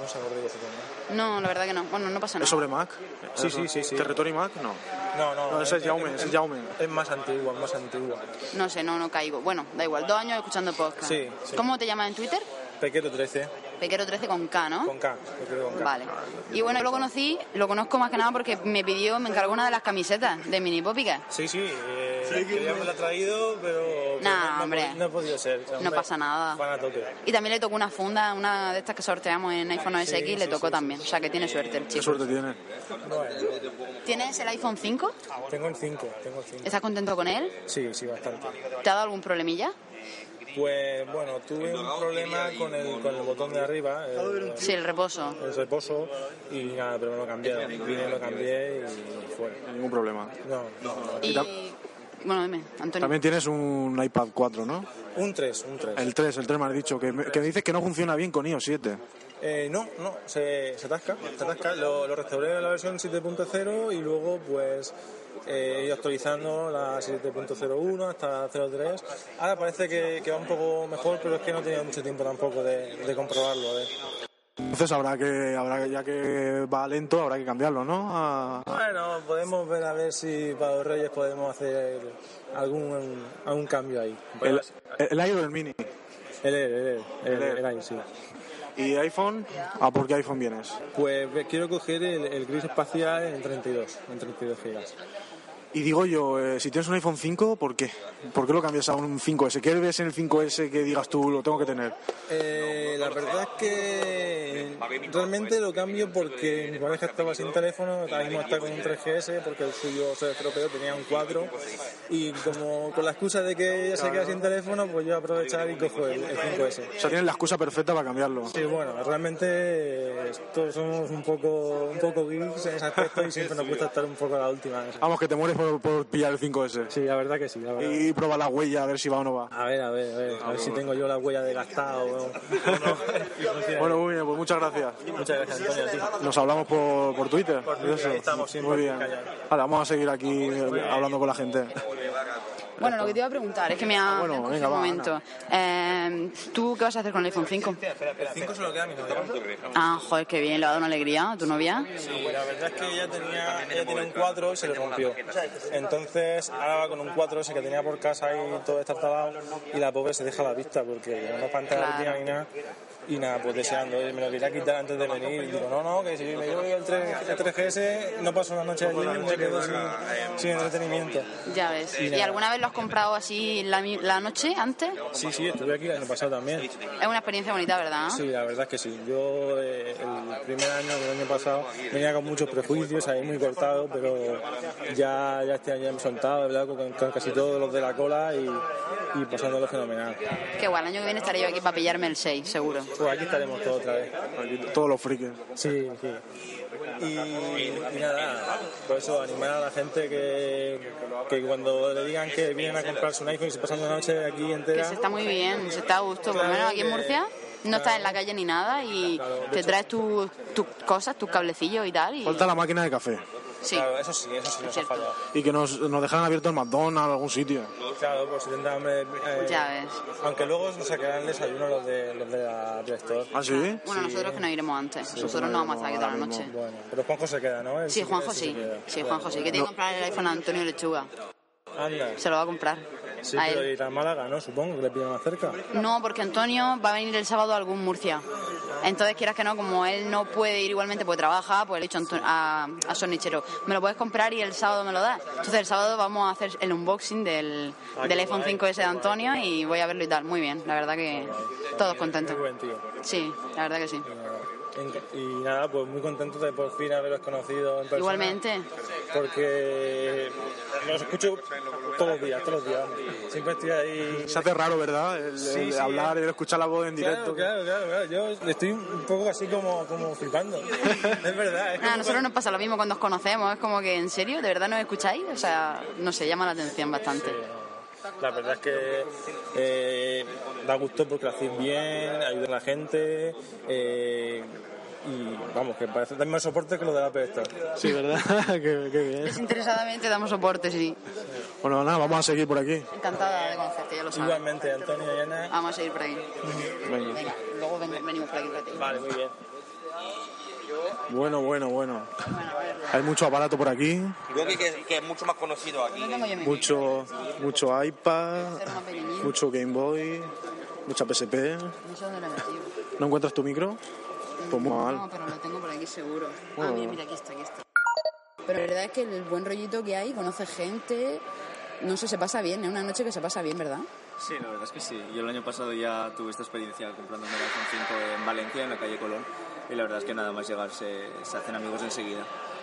[SPEAKER 6] no se acordé de ese tema.
[SPEAKER 4] No, la verdad que no. Bueno, no pasa
[SPEAKER 1] ¿Es
[SPEAKER 4] nada.
[SPEAKER 1] sobre Mac?
[SPEAKER 6] Sí, sí, sí, sí.
[SPEAKER 1] ¿Territory Mac? No.
[SPEAKER 6] No, no,
[SPEAKER 1] No, ese es Jaume, ese es Jaume.
[SPEAKER 6] Es más antigua, es más antigua.
[SPEAKER 4] No sé, no, no caigo. Bueno, da igual. Dos años escuchando podcast.
[SPEAKER 6] Sí, sí.
[SPEAKER 4] ¿Cómo te llamas en Twitter?
[SPEAKER 6] Pequero 13,
[SPEAKER 4] Pequero13 con K, ¿no?
[SPEAKER 6] con K, Pequero con K.
[SPEAKER 4] Vale. Y bueno, lo conocí, lo conozco más que nada porque me pidió, me encargó una de las camisetas de Mini Popica.
[SPEAKER 6] Sí, sí, eh, quería haberla traído, pero...
[SPEAKER 4] Nah,
[SPEAKER 6] no- no,
[SPEAKER 4] hombre.
[SPEAKER 6] he pod- No he podido ser. O sea,
[SPEAKER 4] No
[SPEAKER 6] hombre,
[SPEAKER 4] pasa nada.
[SPEAKER 6] Van a tope.
[SPEAKER 4] Y también le tocó una funda, una de estas que sorteamos en iPhone OS X,
[SPEAKER 6] Sí,
[SPEAKER 4] le
[SPEAKER 6] sí,
[SPEAKER 4] tocó
[SPEAKER 6] sí,
[SPEAKER 4] también. O sea que tiene suerte el
[SPEAKER 1] Qué
[SPEAKER 4] chico.
[SPEAKER 1] suerte tiene.
[SPEAKER 6] Bueno,
[SPEAKER 4] ¿Tienes el iPhone 5?
[SPEAKER 6] tengo el 5, tengo el 5.
[SPEAKER 4] ¿Estás contento con él?
[SPEAKER 6] Sí, sí, bastante.
[SPEAKER 4] ¿Te ha dado algún problemilla?
[SPEAKER 6] Pues bueno, tuve un problema con el, con el botón de arriba, el,
[SPEAKER 4] Sí, el reposo.
[SPEAKER 6] el reposo, y nada, pero me lo cambiaron. Vine, lo cambié y fuera.
[SPEAKER 1] Ningún problema.
[SPEAKER 6] No, no, no.
[SPEAKER 4] Y. Bueno, dime, Antonio.
[SPEAKER 1] También tienes un iPad 4, ¿no?
[SPEAKER 6] Un 3, un 3.
[SPEAKER 1] El 3, el 3 me has dicho, que, me- que dices que no funciona bien con iOS 7.
[SPEAKER 6] Eh, no, no, se, se atasca, se atasca. Lo, lo restauré en la versión 7.0 y luego pues eh, he ido actualizando la 7.01 hasta 0.3. Ahora parece que, que va un poco mejor, pero es que no he tenido mucho tiempo tampoco de, de comprobarlo. eh. a ver.
[SPEAKER 1] Entonces habrá que, habrá que- ya que va lento, habrá que cambiarlo, ¿no? A-
[SPEAKER 6] Bueno, podemos ver a ver si para los Reyes podemos hacer algún, algún cambio ahí.
[SPEAKER 1] el, el Air o el Mini.
[SPEAKER 6] El Air, el Air, el, E,
[SPEAKER 1] Air.
[SPEAKER 6] el Air, sí.
[SPEAKER 1] E. ¿Y iPhone? ¿A Ah, por qué iPhone vienes?
[SPEAKER 6] Pues quiero coger el, el gris espacial en 32, en 32 gigas.
[SPEAKER 1] Y digo yo, eh, si tienes un iPhone 5, ¿por qué? ¿Por qué lo cambias a un 5S? ¿Qué ves en el 5S que digas tú lo tengo que tener?
[SPEAKER 6] Eh, la verdad es que realmente lo cambio porque mi pareja estaba sin teléfono, ahora mismo está con un 3GS porque el suyo se estropeó, tenía un 4 y como con la excusa de que ella se queda sin teléfono, pues yo aprovechar y cojo el, el 5S.
[SPEAKER 1] O sea, tienes la excusa perfecta para cambiarlo.
[SPEAKER 6] Sí, bueno, realmente eh, todos somos un poco, un poco geeks en ese aspecto y siempre nos gusta estar un poco a la última.
[SPEAKER 1] Vamos, que te mueres por, por pillar el 5S.
[SPEAKER 6] Sí, la verdad que sí. La verdad.
[SPEAKER 1] Y prueba la huella a ver si va o no va.
[SPEAKER 6] A ver, a ver, a ver, a ver si tengo yo la huella de gastado.
[SPEAKER 1] Bueno, muy bien, pues muchas gracias.
[SPEAKER 6] muchas gracias, Antonio. a ti.
[SPEAKER 1] Nos hablamos por, por Twitter.
[SPEAKER 6] Twitter,
[SPEAKER 1] Eso.
[SPEAKER 6] ahí estamos, sí,
[SPEAKER 1] Muy
[SPEAKER 6] por
[SPEAKER 1] bien.
[SPEAKER 6] Twitter,
[SPEAKER 1] Ahora vamos a seguir aquí eh, hablando con la gente.
[SPEAKER 4] Bueno, lo que te iba a preguntar es que me ha.
[SPEAKER 1] Ah, Bueno,
[SPEAKER 4] me ha
[SPEAKER 1] venga,
[SPEAKER 4] cogido
[SPEAKER 1] va,
[SPEAKER 4] un momento. Eh, ¿Tú qué vas a hacer con el iPhone 5?
[SPEAKER 6] El 5 se lo queda a mi novia.
[SPEAKER 4] Ah, joder, qué bien, le ha dado una alegría a tu novia.
[SPEAKER 6] Sí, la verdad es que ella tenía, ella tenía un 4 y se le rompió. Entonces, ahora va con un 4 ese que tenía por casa y todo estartalado y la pobre se deja la vista porque no pantalla
[SPEAKER 4] Claro.
[SPEAKER 6] no tiene ni nada. Y nada, pues deseando, oye, me lo quería quitar antes de venir. Y digo, no, no, que si me llevo yo el, 3, el 3GS, no paso una noche allí y me quedo sin, sin entretenimiento.
[SPEAKER 4] Ya ves. ¿Y alguna vez lo has comprado así la, mi- la noche antes?
[SPEAKER 6] Sí, sí, estuve aquí el año pasado también.
[SPEAKER 4] Es una experiencia bonita, ¿verdad?
[SPEAKER 6] Sí, la verdad es que sí. Yo eh, el primer año del año pasado venía con muchos prejuicios, ahí muy cortado, pero ya, ya este año ya me he soltado, he hablado con, con casi todos los de la cola y, y pasándolo fenomenal.
[SPEAKER 4] Que guay, el año que viene estaré yo aquí para pillarme el 6, seguro.
[SPEAKER 6] Pues aquí estaremos todos otra vez.
[SPEAKER 1] Aquí Todos los frikis.
[SPEAKER 6] Sí, sí. Y, y nada, por eso animar a la gente que, que cuando le digan que vienen a comprarse un iPhone y se pasan la noche aquí
[SPEAKER 4] Que
[SPEAKER 6] entera,
[SPEAKER 4] se está muy bien, se está a gusto. Por lo menos aquí en Murcia no estás en la calle ni nada y te traes tus tus cosas, tus cablecillos y tal. Y...
[SPEAKER 1] Falta la máquina de café.
[SPEAKER 4] Sí,
[SPEAKER 6] claro, eso sí, eso sí nos ha
[SPEAKER 4] Cierto.
[SPEAKER 6] fallado.
[SPEAKER 1] Y que nos, nos dejaran abierto el McDonald's o algún sitio.
[SPEAKER 6] Claro, pues si tendrán, eh, eh,
[SPEAKER 4] ya ves.
[SPEAKER 6] Aunque luego nos sacarán el desayuno los de, los de la Play Store.
[SPEAKER 1] ¿Ah, sí?
[SPEAKER 4] Bueno, nosotros que nos iremos antes. Nosotros no vamos a estar aquí toda la noche.
[SPEAKER 6] Bueno, pero Juanjo se queda, ¿no? Él
[SPEAKER 4] Sí,
[SPEAKER 6] se
[SPEAKER 4] Juanjo
[SPEAKER 6] queda,
[SPEAKER 4] sí.
[SPEAKER 6] se queda.
[SPEAKER 4] Sí, Juanjo sí. Que tiene que comprar el iPhone a Antonio Lechuga.
[SPEAKER 6] Anda.
[SPEAKER 4] Se lo va a comprar.
[SPEAKER 6] Sí,
[SPEAKER 4] A
[SPEAKER 6] pero
[SPEAKER 4] él.
[SPEAKER 6] ir a Málaga, ¿no? Supongo que le pillan más cerca.
[SPEAKER 4] No, porque Antonio va a venir el sábado a algún Murcia. Entonces, quieras que no, como él no puede ir igualmente porque trabaja, pues le he dicho a Anto- a, a Sonichero, me lo puedes comprar y el sábado me lo das. Entonces, el sábado vamos a hacer el unboxing del,
[SPEAKER 6] Ah,
[SPEAKER 4] del iPhone 5S de Antonio y voy a verlo y tal. Muy bien, la verdad que todos contentos.
[SPEAKER 6] Muy buen tío.
[SPEAKER 4] Sí, la verdad que sí.
[SPEAKER 6] En- Y nada, pues muy contento de por fin haberos conocido en persona.
[SPEAKER 4] Igualmente,
[SPEAKER 6] Porque los escucho todos los días, todos los días. vamos. Siempre estoy ahí.
[SPEAKER 1] Se hace raro, ¿verdad? El, el
[SPEAKER 6] sí,
[SPEAKER 1] hablar, el escuchar la voz en
[SPEAKER 6] Claro,
[SPEAKER 1] directo.
[SPEAKER 6] claro, claro, claro. Yo estoy un poco así como, como flipando. es
[SPEAKER 4] Nada,
[SPEAKER 6] verdad. Es
[SPEAKER 4] a
[SPEAKER 6] como
[SPEAKER 4] nosotros nos pasa lo mismo cuando nos conocemos. Es como que, ¿en serio? ¿De verdad nos escucháis? O sea, no sé, llama la atención bastante.
[SPEAKER 6] La verdad es que eh, da gusto porque lo hacéis bien, ayuda a la gente eh, y vamos, que parece también más soporte que lo de la Apple Store.
[SPEAKER 1] Sí, ¿verdad? qué, qué bien.
[SPEAKER 4] Desinteresadamente damos soporte, sí.
[SPEAKER 1] Bueno, nada, vamos a seguir por aquí.
[SPEAKER 4] Encantada de conocerte, ya lo sabes.
[SPEAKER 6] Igualmente, Antonio y Ana.
[SPEAKER 4] Vamos a ir por aquí.
[SPEAKER 1] Venga.
[SPEAKER 4] Venga, luego ven- venimos por aquí. por aquí.
[SPEAKER 6] Vale, muy bien.
[SPEAKER 1] Bueno, bueno, bueno. Hay mucho aparato por aquí,
[SPEAKER 8] Creo que, que- que es mucho más conocido aquí.
[SPEAKER 4] No tengo yo mi
[SPEAKER 1] mucho, mucho iPad,
[SPEAKER 4] micro, más pequeñín.
[SPEAKER 1] mucho Game Boy, mucha PSP.
[SPEAKER 4] No sé dónde lo he metido.
[SPEAKER 1] ¿No encuentras tu micro? Pues muy
[SPEAKER 4] No,
[SPEAKER 1] mal.
[SPEAKER 4] pero lo tengo por aquí seguro. Ah,
[SPEAKER 1] Bueno.
[SPEAKER 4] mira, mira, aquí está, aquí está.
[SPEAKER 9] Pero la verdad es que el buen rollito que hay, conoce gente, no sé, se pasa
[SPEAKER 4] ¿eh?
[SPEAKER 9] bien, es una noche que se pasa bien, ¿verdad?
[SPEAKER 2] Sí, la verdad es que sí. Yo el año pasado ya tuve esta experiencia comprándome el iPhone 5 en Valencia, en la calle Colón, y la verdad es que nada más llegar se, se hacen amigos enseguida.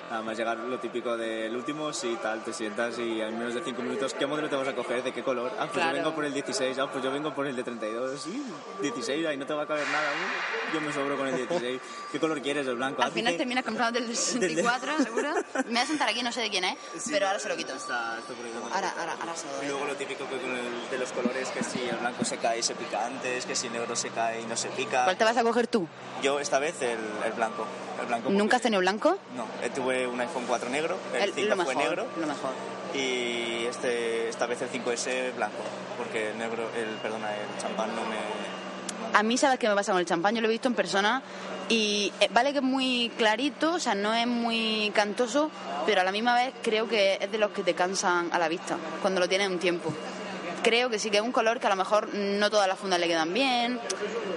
[SPEAKER 2] Nada más llegar lo típico del último, si tal, te sientas y en menos de 5 minutos, ¿qué modelo te vas a coger? ¿De qué color? Ah, pues
[SPEAKER 9] Claro.
[SPEAKER 2] yo vengo por el 16, ah, pues yo vengo por el de 32, sí, 16, ahí no te va a caber nada, ¿eh? yo me sobro con el 16. ¿Qué color quieres? El blanco.
[SPEAKER 4] Al final terminas comprando el del 64, seguro. Me voy a sentar aquí, no sé de quién es, pero ahora se lo quito.
[SPEAKER 2] Está, está por ahí, ¿no?
[SPEAKER 4] Ahora, ahora, ahora se lo
[SPEAKER 2] Y
[SPEAKER 4] doy.
[SPEAKER 2] luego lo típico que con el- de los colores, que si el blanco se cae y se pica antes, que si el negro se cae y no se
[SPEAKER 6] Ah.
[SPEAKER 2] pica.
[SPEAKER 4] ¿Cuál te vas a coger tú?
[SPEAKER 2] Yo esta vez el, el blanco. El blanco
[SPEAKER 4] ¿Nunca has
[SPEAKER 2] porque-
[SPEAKER 4] tenido blanco?
[SPEAKER 2] No, eh, tuve un iPhone 4 negro, el,
[SPEAKER 4] El-
[SPEAKER 2] 5
[SPEAKER 4] lo mejor,
[SPEAKER 2] fue negro
[SPEAKER 4] lo mejor.
[SPEAKER 2] y este, esta vez el 5S blanco, porque el negro, el, perdona, el champán no me...
[SPEAKER 4] A mí, ¿sabes qué me pasa con el champán? Yo lo he visto en persona y eh, vale que es muy clarito, o sea, no es muy cantoso, pero a la misma vez creo que es de los que te cansan a la vista cuando lo tienes un tiempo. Creo que sí que es un color que a lo mejor no todas las fundas le quedan bien,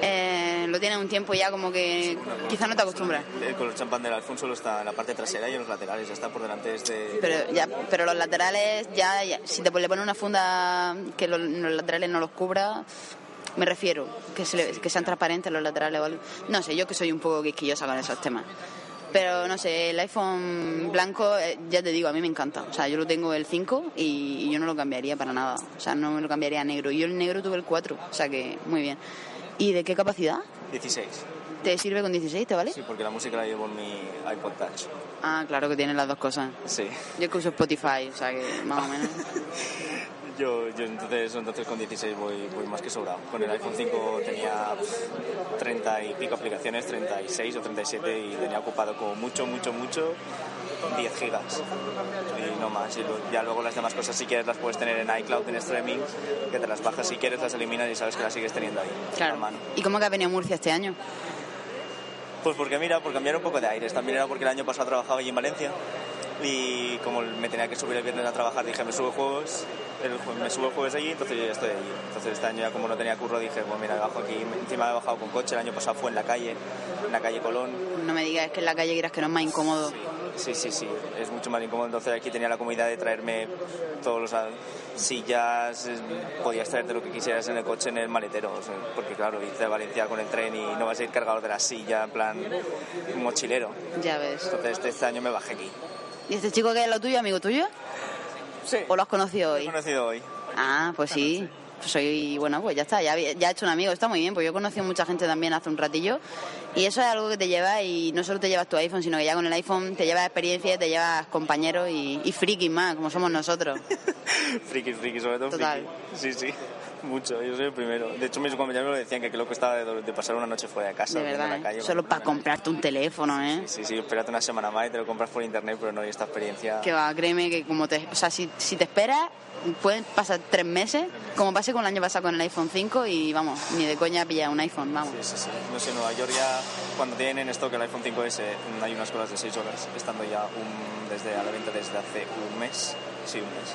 [SPEAKER 4] eh, lo tienes un tiempo ya como que quizá no te acostumbras.
[SPEAKER 2] El color champán del Alfonso lo está en la parte trasera y en los laterales, ya está por delante este...
[SPEAKER 4] Pero, ya, pero los laterales, ya, ya- si te le pones una funda que lo- los laterales no los cubra, me refiero, que, se le- que sean transparentes los laterales o algo. No sé, yo que soy un poco quisquillosa con esos temas. Pero no sé, el iPhone blanco, eh, ya te digo, a mí me encanta. O sea, yo lo tengo el 5 y, y yo no lo cambiaría para nada. O sea, no me lo cambiaría a negro. Yo el negro tuve el 4, o sea que muy bien. ¿Y de qué capacidad?
[SPEAKER 2] 16.
[SPEAKER 4] ¿Te sirve con 16, te vale?
[SPEAKER 2] Sí, porque la música la llevo en mi iPod Touch.
[SPEAKER 4] Ah, claro que tiene las dos cosas.
[SPEAKER 2] Sí.
[SPEAKER 4] Yo que uso Spotify, o sea que más o menos.
[SPEAKER 2] Yo, yo entonces, entonces con 16 voy, voy más que sobrado. Con el iPhone 5 tenía 30 y pico aplicaciones, 36 o 37 y tenía ocupado como mucho, mucho, mucho 10 gigas y no más. Y lo- ya luego las demás cosas si quieres las puedes tener en iCloud, en streaming, que te las bajas si quieres, las eliminas y sabes que las sigues teniendo ahí.
[SPEAKER 4] Claro. ¿Y cómo que ha venido Murcia este año?
[SPEAKER 2] Pues porque mira, por cambiar un poco de aires. También era porque el año pasado trabajaba allí en Valencia y como me tenía que subir el viernes a trabajar, dije, me subo juegos, el, jue- me subo el jueves allí, entonces yo ya estoy allí. Entonces este año ya como no tenía curro, dije, bueno, mira, bajo aquí. Encima he bajado con coche, el año pasado fue en la calle, en la calle Colón.
[SPEAKER 4] No me digas que en la calle quieras que no es más incómodo.
[SPEAKER 2] Sí, sí, sí, es mucho más incómodo. Entonces aquí tenía la comodidad de traerme todos los a- sillas, eh, podías traerte lo que quisieras en el coche, en el maletero. o sea, porque claro, irte a Valencia con el tren y no vas a ir cargado de la silla, en plan mochilero.
[SPEAKER 4] Ya ves.
[SPEAKER 2] Entonces este, este año me bajé aquí.
[SPEAKER 4] ¿Y este chico que es lo tuyo, amigo tuyo?
[SPEAKER 2] Sí.
[SPEAKER 4] ¿O lo has conocido
[SPEAKER 2] He
[SPEAKER 4] hoy?
[SPEAKER 2] conocido hoy.
[SPEAKER 4] Ah, pues sí. Pues soy, bueno, pues ya está, ya, había- ya he hecho un amigo, está muy bien, pues yo he conocido mucha gente también hace un ratillo y eso es algo que te lleva y no solo te llevas tu iPhone, sino que ya con el iPhone te llevas experiencia, te llevas compañeros y, y frikis más, como somos nosotros.
[SPEAKER 2] Friki, friki, sobre todo
[SPEAKER 4] Total.
[SPEAKER 2] friki. Sí, sí, mucho. Yo soy el primero. De hecho, mis compañeros me decían que qué loco estaba de, de pasar una noche fuera de casa,
[SPEAKER 4] De
[SPEAKER 2] durmiendo
[SPEAKER 4] verdad,
[SPEAKER 2] en la
[SPEAKER 4] ¿eh?
[SPEAKER 2] calle.
[SPEAKER 4] solo para comprarte un teléfono, ¿eh?
[SPEAKER 2] Sí, sí, espérate una semana más y te lo compras por internet, pero no hay esta experiencia.
[SPEAKER 4] Que va, créeme que como te... O sea, si, si te esperas, pueden pasar tres meses, como pase con el año pasado con el iPhone 5 y vamos, ni de coña pillar un iPhone, vamos.
[SPEAKER 2] Sí, sí. No sé, en Nueva York ya, cuando tienen en stock el iPhone 5S, mm, hay unas colas de 6 horas, estando ya un- desde a la venta desde hace un mes. Sí, un mes.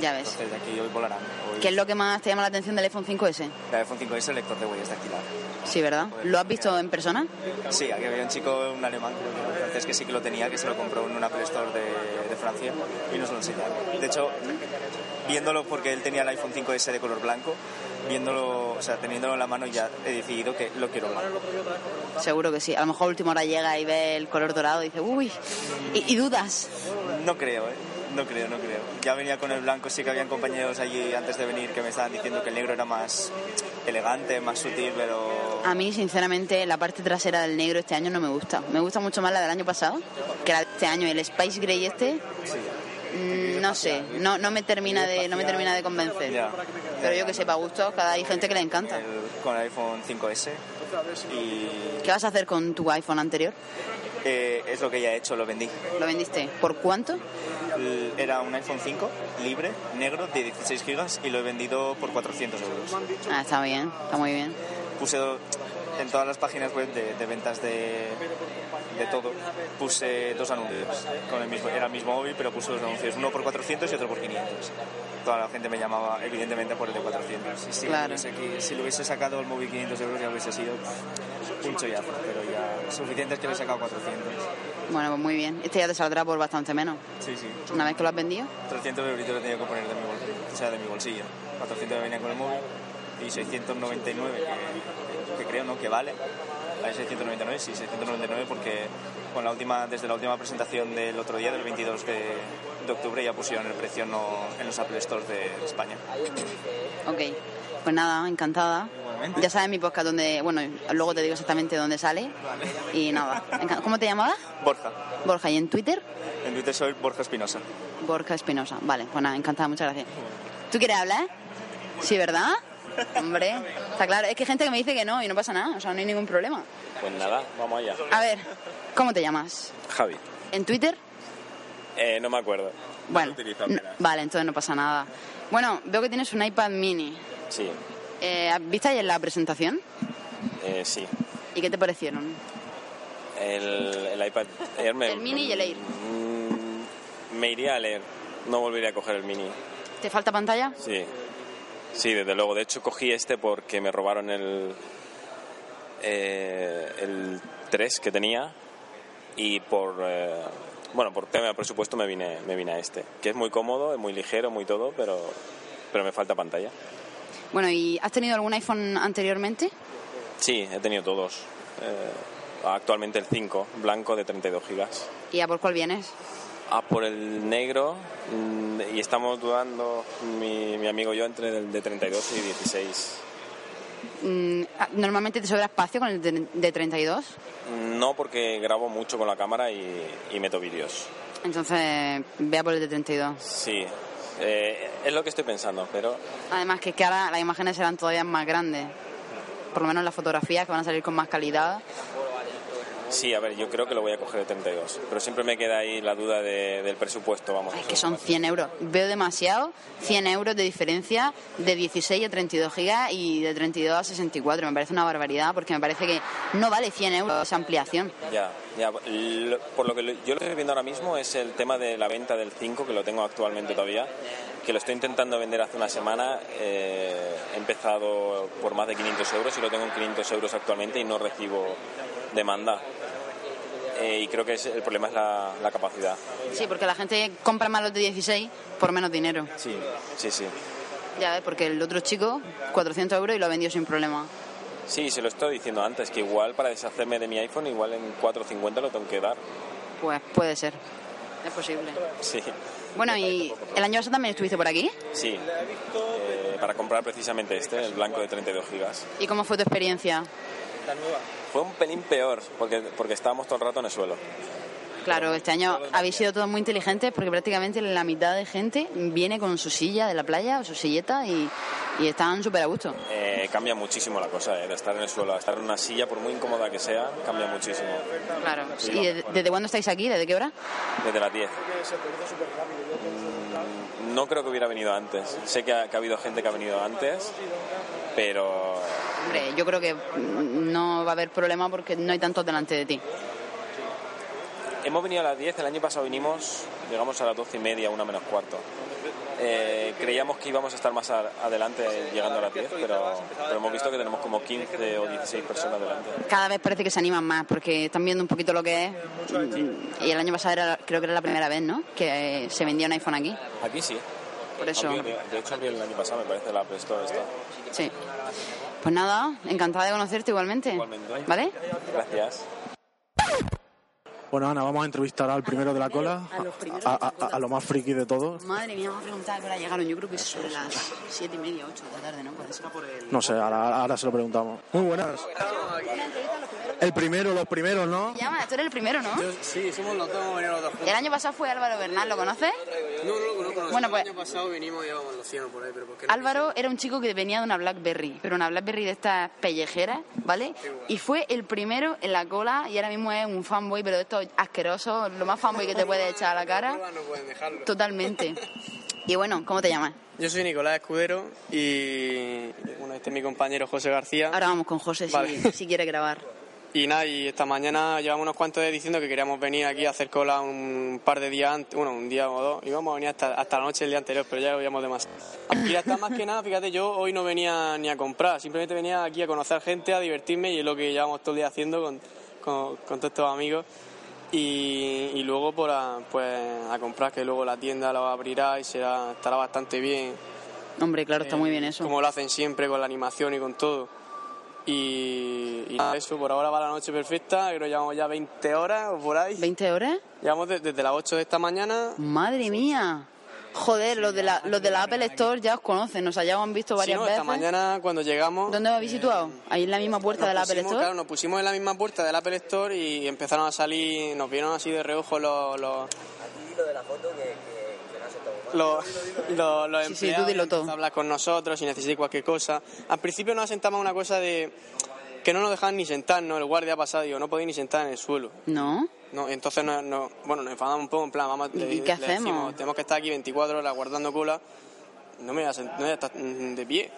[SPEAKER 4] Ya ves.
[SPEAKER 2] Entonces de aquí hoy volarán. Hoy
[SPEAKER 4] ¿Qué es lo que más te llama la atención del iPhone 5S?
[SPEAKER 2] El iPhone 5S, el lector de huellas dactilar.
[SPEAKER 4] Sí, ¿verdad? ¿Lo has visto en persona?
[SPEAKER 2] Sí, aquí había un chico, un alemán, creo que era un francés, que sí que lo tenía, que se lo compró en una Apple Store de, de Francia y nos lo enseñaron. De hecho, viéndolo porque él tenía el iPhone 5S de color blanco, viéndolo, o sea, teniéndolo en la mano ya he decidido que lo quiero blanco.
[SPEAKER 4] Seguro que sí. A lo mejor a última hora llega y ve el color dorado y dice, uy, y, y dudas.
[SPEAKER 2] No creo, ¿eh? No creo, no creo. Ya venía con el blanco, sí que habían compañeros allí antes de venir que me estaban diciendo que el negro era más elegante, más sutil, pero...
[SPEAKER 4] A mí, sinceramente, la parte trasera del negro este año no me gusta. Me gusta mucho más la del año pasado que la de este año. El Spice Grey este, mm, no sé, no, no, me termina de, no me termina de convencer.
[SPEAKER 2] Ya.
[SPEAKER 4] Pero yo que sepa, gusto, cada hay gente que le encanta.
[SPEAKER 2] El- con el iPhone 5S y
[SPEAKER 4] ¿Qué vas a hacer con tu iPhone anterior?
[SPEAKER 2] eh, es lo que ya he hecho, lo vendí.
[SPEAKER 4] ¿Lo vendiste? ¿Por cuánto?
[SPEAKER 2] El- Eh, Era un iPhone 5 libre, negro, de 16 gigas y lo he vendido por 400 euros.
[SPEAKER 4] Ah, está bien, está muy bien.
[SPEAKER 2] Puse do- en todas las páginas web de, de ventas de, de todo, puse dos anuncios. Con el mismo, era el mismo móvil, pero puse dos anuncios, uno por 400 y otro por 500. Toda la gente me llamaba, evidentemente, por el de 400. Y si,
[SPEAKER 4] Claro.
[SPEAKER 2] hubiese aquí- si lo hubiese sacado el móvil 500 euros, ya hubiese sido un chollazo, pero ya suficientes que le he sacado 400.
[SPEAKER 4] Bueno, pues muy bien. Este ya te saldrá por bastante menos.
[SPEAKER 2] Sí, sí.
[SPEAKER 4] Una vez que lo has vendido.
[SPEAKER 2] 300 euros lo he tenido que poner de mi bolsillo, o sea, de mi bolsillo. 400 me venían con el móvil y 699, que, que creo, ¿no?, que vale. Hay 699, sí, 699 porque con la última, desde la última presentación del otro día, del 22 de, de octubre, ya pusieron el precio no- en los Apple Stores de España.
[SPEAKER 4] Ok, pues nada, encantada. Ya sabes mi podcast donde, bueno, luego te digo exactamente dónde sale. Y nada, enca- ¿cómo te llamabas?
[SPEAKER 2] Borja,
[SPEAKER 4] Borja, ¿y en Twitter?
[SPEAKER 2] en Twitter soy Borja Espinosa.
[SPEAKER 4] Borja Espinosa. Vale, pues nada, encantada, muchas gracias. ¿Tú quieres hablar? Sí, ¿verdad? Hombre, está claro. Es que hay gente que me dice que no y no pasa nada, o sea, no hay ningún problema.
[SPEAKER 10] Pues nada, vamos allá.
[SPEAKER 4] A ver, ¿cómo te llamas?
[SPEAKER 10] Javi.
[SPEAKER 4] ¿En Twitter?
[SPEAKER 10] Eh, no me acuerdo.
[SPEAKER 4] Bueno,
[SPEAKER 10] No lo utilizo apenas.
[SPEAKER 4] Vale, entonces no pasa nada. Bueno, veo que tienes un iPad mini.
[SPEAKER 10] Sí,
[SPEAKER 4] Eh, ¿Viste ayer la presentación?
[SPEAKER 10] eh, sí.
[SPEAKER 4] ¿Y qué te parecieron?
[SPEAKER 10] El, el iPad Air me, mm,
[SPEAKER 4] El mini y el Air.
[SPEAKER 10] me iría a leer. No volvería a coger el mini.
[SPEAKER 4] ¿Te falta pantalla?
[SPEAKER 10] Sí. Sí, desde luego. De hecho, cogí este porque me robaron el, eh, el 3 que tenía y por eh, bueno por tema de presupuesto me vine me vine a este que es muy cómodo es muy ligero muy todo pero pero me falta pantalla
[SPEAKER 4] Bueno, ¿y has tenido algún iPhone anteriormente?
[SPEAKER 10] sí he tenido todos Eh, actualmente el 5 blanco de 32 gigas
[SPEAKER 4] ¿Y a por cuál vienes?
[SPEAKER 10] a Ah, por el negro mm, y estamos dudando mi, mi amigo y yo entre el de 32 y 16
[SPEAKER 4] Mm, ah, ¿Normalmente te sobra espacio con el de, de 32?
[SPEAKER 10] no porque grabo mucho con la cámara y, y meto vídeos
[SPEAKER 4] Entonces, vea por el de 32.
[SPEAKER 10] sí eh, es lo que estoy pensando pero
[SPEAKER 4] Además, que, es que ahora las imágenes serán todavía más grandes. Por lo menos las fotografías que van a salir con más calidad.
[SPEAKER 10] Sí, a ver, yo creo que lo voy a coger de 32, pero siempre me queda ahí la duda de- del presupuesto, vamos.
[SPEAKER 4] Que son 100 euros. Veo demasiado. 100 euros de diferencia de 16 a 32 gigas y de 32 a 64. Me parece una barbaridad porque me parece que no vale 100 euros esa ampliación.
[SPEAKER 10] Ya, ya. Lo- Por lo que lo- yo lo que estoy viendo ahora mismo es el tema de la venta del 5, que lo tengo actualmente todavía, que lo estoy intentando vender hace una semana. eh, he empezado por más de 500 euros y lo tengo en 500 euros actualmente y no recibo demanda. Eh, y creo que es- el problema es la, la capacidad.
[SPEAKER 4] Sí, porque la gente compra más los de 16 por menos dinero.
[SPEAKER 10] Sí. Sí, sí.
[SPEAKER 4] Ya ves, porque el otro chico, 400 euros y lo ha vendido sin problema.
[SPEAKER 10] Sí, se lo estoy diciendo antes, que igual para deshacerme de mi iPhone, igual en 4.50 lo tengo que dar.
[SPEAKER 4] Pues puede ser. Es posible.
[SPEAKER 10] Sí.
[SPEAKER 4] Bueno, y el año pasado también estuviste por aquí.
[SPEAKER 10] Sí, eh, para comprar precisamente este, el blanco de 32 gigas.
[SPEAKER 4] ¿Y cómo fue tu experiencia?
[SPEAKER 10] Fue un pelín peor, porque, porque estábamos todo el rato en el suelo.
[SPEAKER 4] Claro, este año habéis sido todos muy inteligentes porque prácticamente la mitad de gente viene con su silla de la playa o su silleta y, y están súper a gusto.
[SPEAKER 10] Eh, cambia muchísimo la cosa, eh, de estar en el suelo a estar en una silla, por muy incómoda que sea, cambia muchísimo.
[SPEAKER 4] Claro.
[SPEAKER 10] Sí.
[SPEAKER 4] ¿Y de- desde cuándo estáis aquí? ¿Desde qué hora?
[SPEAKER 10] Desde las 10. No creo que hubiera venido antes. Sé que ha, que ha habido gente que ha venido antes, pero
[SPEAKER 4] Hombre, yo creo que mm, no va a haber problema porque no hay tantos delante de ti.
[SPEAKER 10] hemos venido a las 10. El año pasado vinimos, llegamos a las 12 y media, una menos cuarto. Eh, creíamos que íbamos a estar más a- adelante llegando a las 10, pero, pero hemos visto que tenemos como 15 o 16 personas delante.
[SPEAKER 4] Cada vez parece que se animan más porque están viendo un poquito lo que es. Y el año pasado era- creo que era la primera vez, ¿no? Que eh, se vendía un iPhone aquí.
[SPEAKER 10] Aquí sí.
[SPEAKER 4] Por eso.
[SPEAKER 10] Abrió- de, de hecho, abrió el año pasado, me parece, la App Store esta.
[SPEAKER 4] Sí. Pues nada, encantada de conocerte igualmente. ¿Vale?
[SPEAKER 10] Gracias.
[SPEAKER 1] Bueno, Ana, vamos a entrevistar al primero de la cola,
[SPEAKER 4] a los primeros
[SPEAKER 1] a, a- a- a lo más friki de todos.
[SPEAKER 4] Madre mía, me a preguntar a qué hora llegaron. Yo creo que es sobre las siete y media, ocho de la tarde, ¿no? Puede ser.
[SPEAKER 1] No sé, ahora, ahora se lo preguntamos. Muy buenas. El primero, los primeros, ¿no?
[SPEAKER 4] Llama, tú eres el primero, ¿no?
[SPEAKER 11] Sí, somos los dos, venimos los dos
[SPEAKER 4] El año pasado fue Álvaro Bernal, ¿lo conoces?
[SPEAKER 11] No, no lo conozco.
[SPEAKER 4] Bueno,
[SPEAKER 11] Bueno,
[SPEAKER 4] pues-
[SPEAKER 11] El año pasado vinimos y íbamos los cielos por ahí, pero ¿por qué no?
[SPEAKER 4] Álvaro era un chico que venía de una Blackberry, pero una Blackberry de estas pellejeras, ¿vale? Y fue el primero en la cola y ahora mismo es un fanboy, pero de estos asquerosos, lo más fanboy que te puede echar a la cara.
[SPEAKER 11] No pueden dejarlo.
[SPEAKER 4] Totalmente. Y bueno, ¿cómo te llamas?
[SPEAKER 11] Yo soy Nicolás Escudero y bueno, este es mi compañero José García.
[SPEAKER 4] Ahora vamos con José si-
[SPEAKER 11] Vale.
[SPEAKER 4] si, quiere grabar.
[SPEAKER 11] Y nada, y esta mañana llevamos unos cuantos días diciendo que queríamos venir aquí a hacer cola un par de días antes, bueno, un día o dos, íbamos a venir hasta, hasta la noche del día anterior, pero ya lo habíamos demasiado. Y hasta más que nada, fíjate, yo hoy no venía ni a comprar, simplemente venía aquí a conocer gente, a divertirme y es lo que llevamos todo el día haciendo con, con, con todos estos amigos. Y, y luego por a, pues, a comprar, que luego la tienda la abrirá y será, estará bastante bien. Eh,
[SPEAKER 4] Hombre, claro, está muy bien eso.
[SPEAKER 11] Como lo hacen siempre con la animación y con todo. Y, y nada, eso, por ahora va la noche perfecta, creo que llevamos ya 20 horas o por ahí.
[SPEAKER 4] ¿20 horas?
[SPEAKER 11] Llevamos de- desde las 8 de esta mañana.
[SPEAKER 4] Madre mía. Joder, los de, la, los de la Apple Store ya os conocen, nos hayan visto
[SPEAKER 11] Si
[SPEAKER 4] varias
[SPEAKER 11] no,
[SPEAKER 4] veces.
[SPEAKER 11] esta mañana cuando llegamos...
[SPEAKER 4] ¿Dónde os habéis situado? Ahí en la misma puerta
[SPEAKER 11] nos
[SPEAKER 4] de la Apple
[SPEAKER 11] pusimos,
[SPEAKER 4] Store.
[SPEAKER 11] Claro, nos pusimos en la misma puerta del Apple Store y empezaron a salir, nos vieron así de reojo los... los los, los, los
[SPEAKER 4] Sí, sí, tú
[SPEAKER 11] empleados
[SPEAKER 4] dilo todo.
[SPEAKER 11] empezaron a hablar con nosotros si necesitáis cualquier cosa. Al principio nos asentamos una cosa de que no nos dejaban ni sentarnos, el guardia ha pasado y digo, no podéis ni sentar en el suelo.
[SPEAKER 4] No.
[SPEAKER 11] No, entonces no, no- bueno, nos enfadamos un poco, en plan, vamos,
[SPEAKER 4] ¿Y
[SPEAKER 11] le-
[SPEAKER 4] qué
[SPEAKER 11] le
[SPEAKER 4] hacemos?
[SPEAKER 11] decimos, tenemos que estar aquí 24 horas guardando cola, no me voy a, sent- no voy a estar mm, de pie.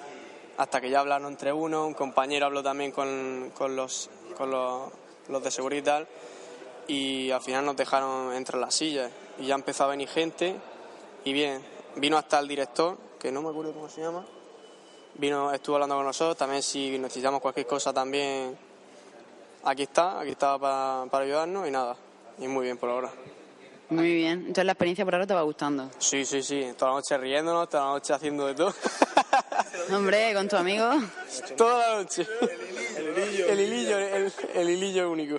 [SPEAKER 11] Hasta que ya hablaron entre uno, un compañero habló también con, con los, con los, los de seguridad y tal, y al final nos dejaron entre las sillas. Y ya empezó a venir gente, y bien, vino hasta el director, que no me acuerdo cómo se llama, vino, estuvo hablando con nosotros, también si necesitamos cualquier cosa también aquí está, aquí está para, para ayudarnos y nada. Y muy bien por ahora.
[SPEAKER 4] Muy bien. Entonces la experiencia por ahora te va gustando.
[SPEAKER 11] Sí, sí, sí. Toda la noche riéndonos, toda la noche haciendo de todo.
[SPEAKER 4] Hombre, con tu amigo.
[SPEAKER 11] toda la noche. El hilillo. El hilillo, el, el hilillo único.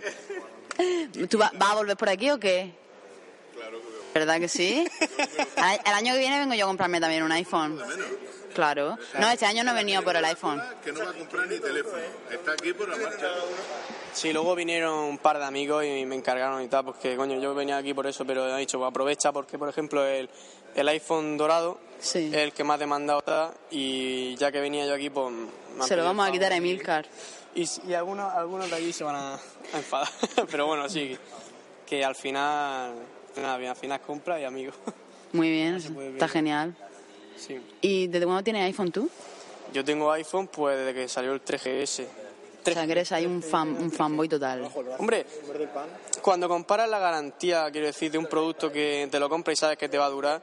[SPEAKER 4] ¿Tú va- vas a volver por aquí o qué? ¿Verdad que sí? Al- El año que viene vengo yo a comprarme también un iPhone. Claro. No, este año no he venido por el iPhone.
[SPEAKER 5] Que no va a comprar ni teléfono. Está aquí por la marcha.
[SPEAKER 11] Sí, luego vinieron un par de amigos y me encargaron y tal, porque coño, yo venía aquí por eso, pero he dicho, pues aprovecha porque, por ejemplo, el, el iPhone dorado es el que más demandado está y ya que venía yo aquí, pues... me han
[SPEAKER 4] Se lo
[SPEAKER 11] pedido
[SPEAKER 4] vamos a
[SPEAKER 11] el
[SPEAKER 4] quitar a
[SPEAKER 11] favor y-
[SPEAKER 4] Emilcar.
[SPEAKER 11] Y, y algunos, algunos de allí se van a, a enfadar, pero bueno, sí, que al final, nada, bien, al final compra y amigos.
[SPEAKER 4] Muy bien.
[SPEAKER 11] puede
[SPEAKER 4] Está
[SPEAKER 11] ver.
[SPEAKER 4] genial.
[SPEAKER 11] Sí.
[SPEAKER 4] ¿Y desde cuándo tienes iPhone tú?
[SPEAKER 11] Yo tengo iPhone pues desde que salió el 3GS.
[SPEAKER 4] O sea, que eres ahí un, fan, un fanboy total.
[SPEAKER 11] Hombre, cuando comparas la garantía, quiero decir, de un producto que te lo compras y sabes que te va a durar,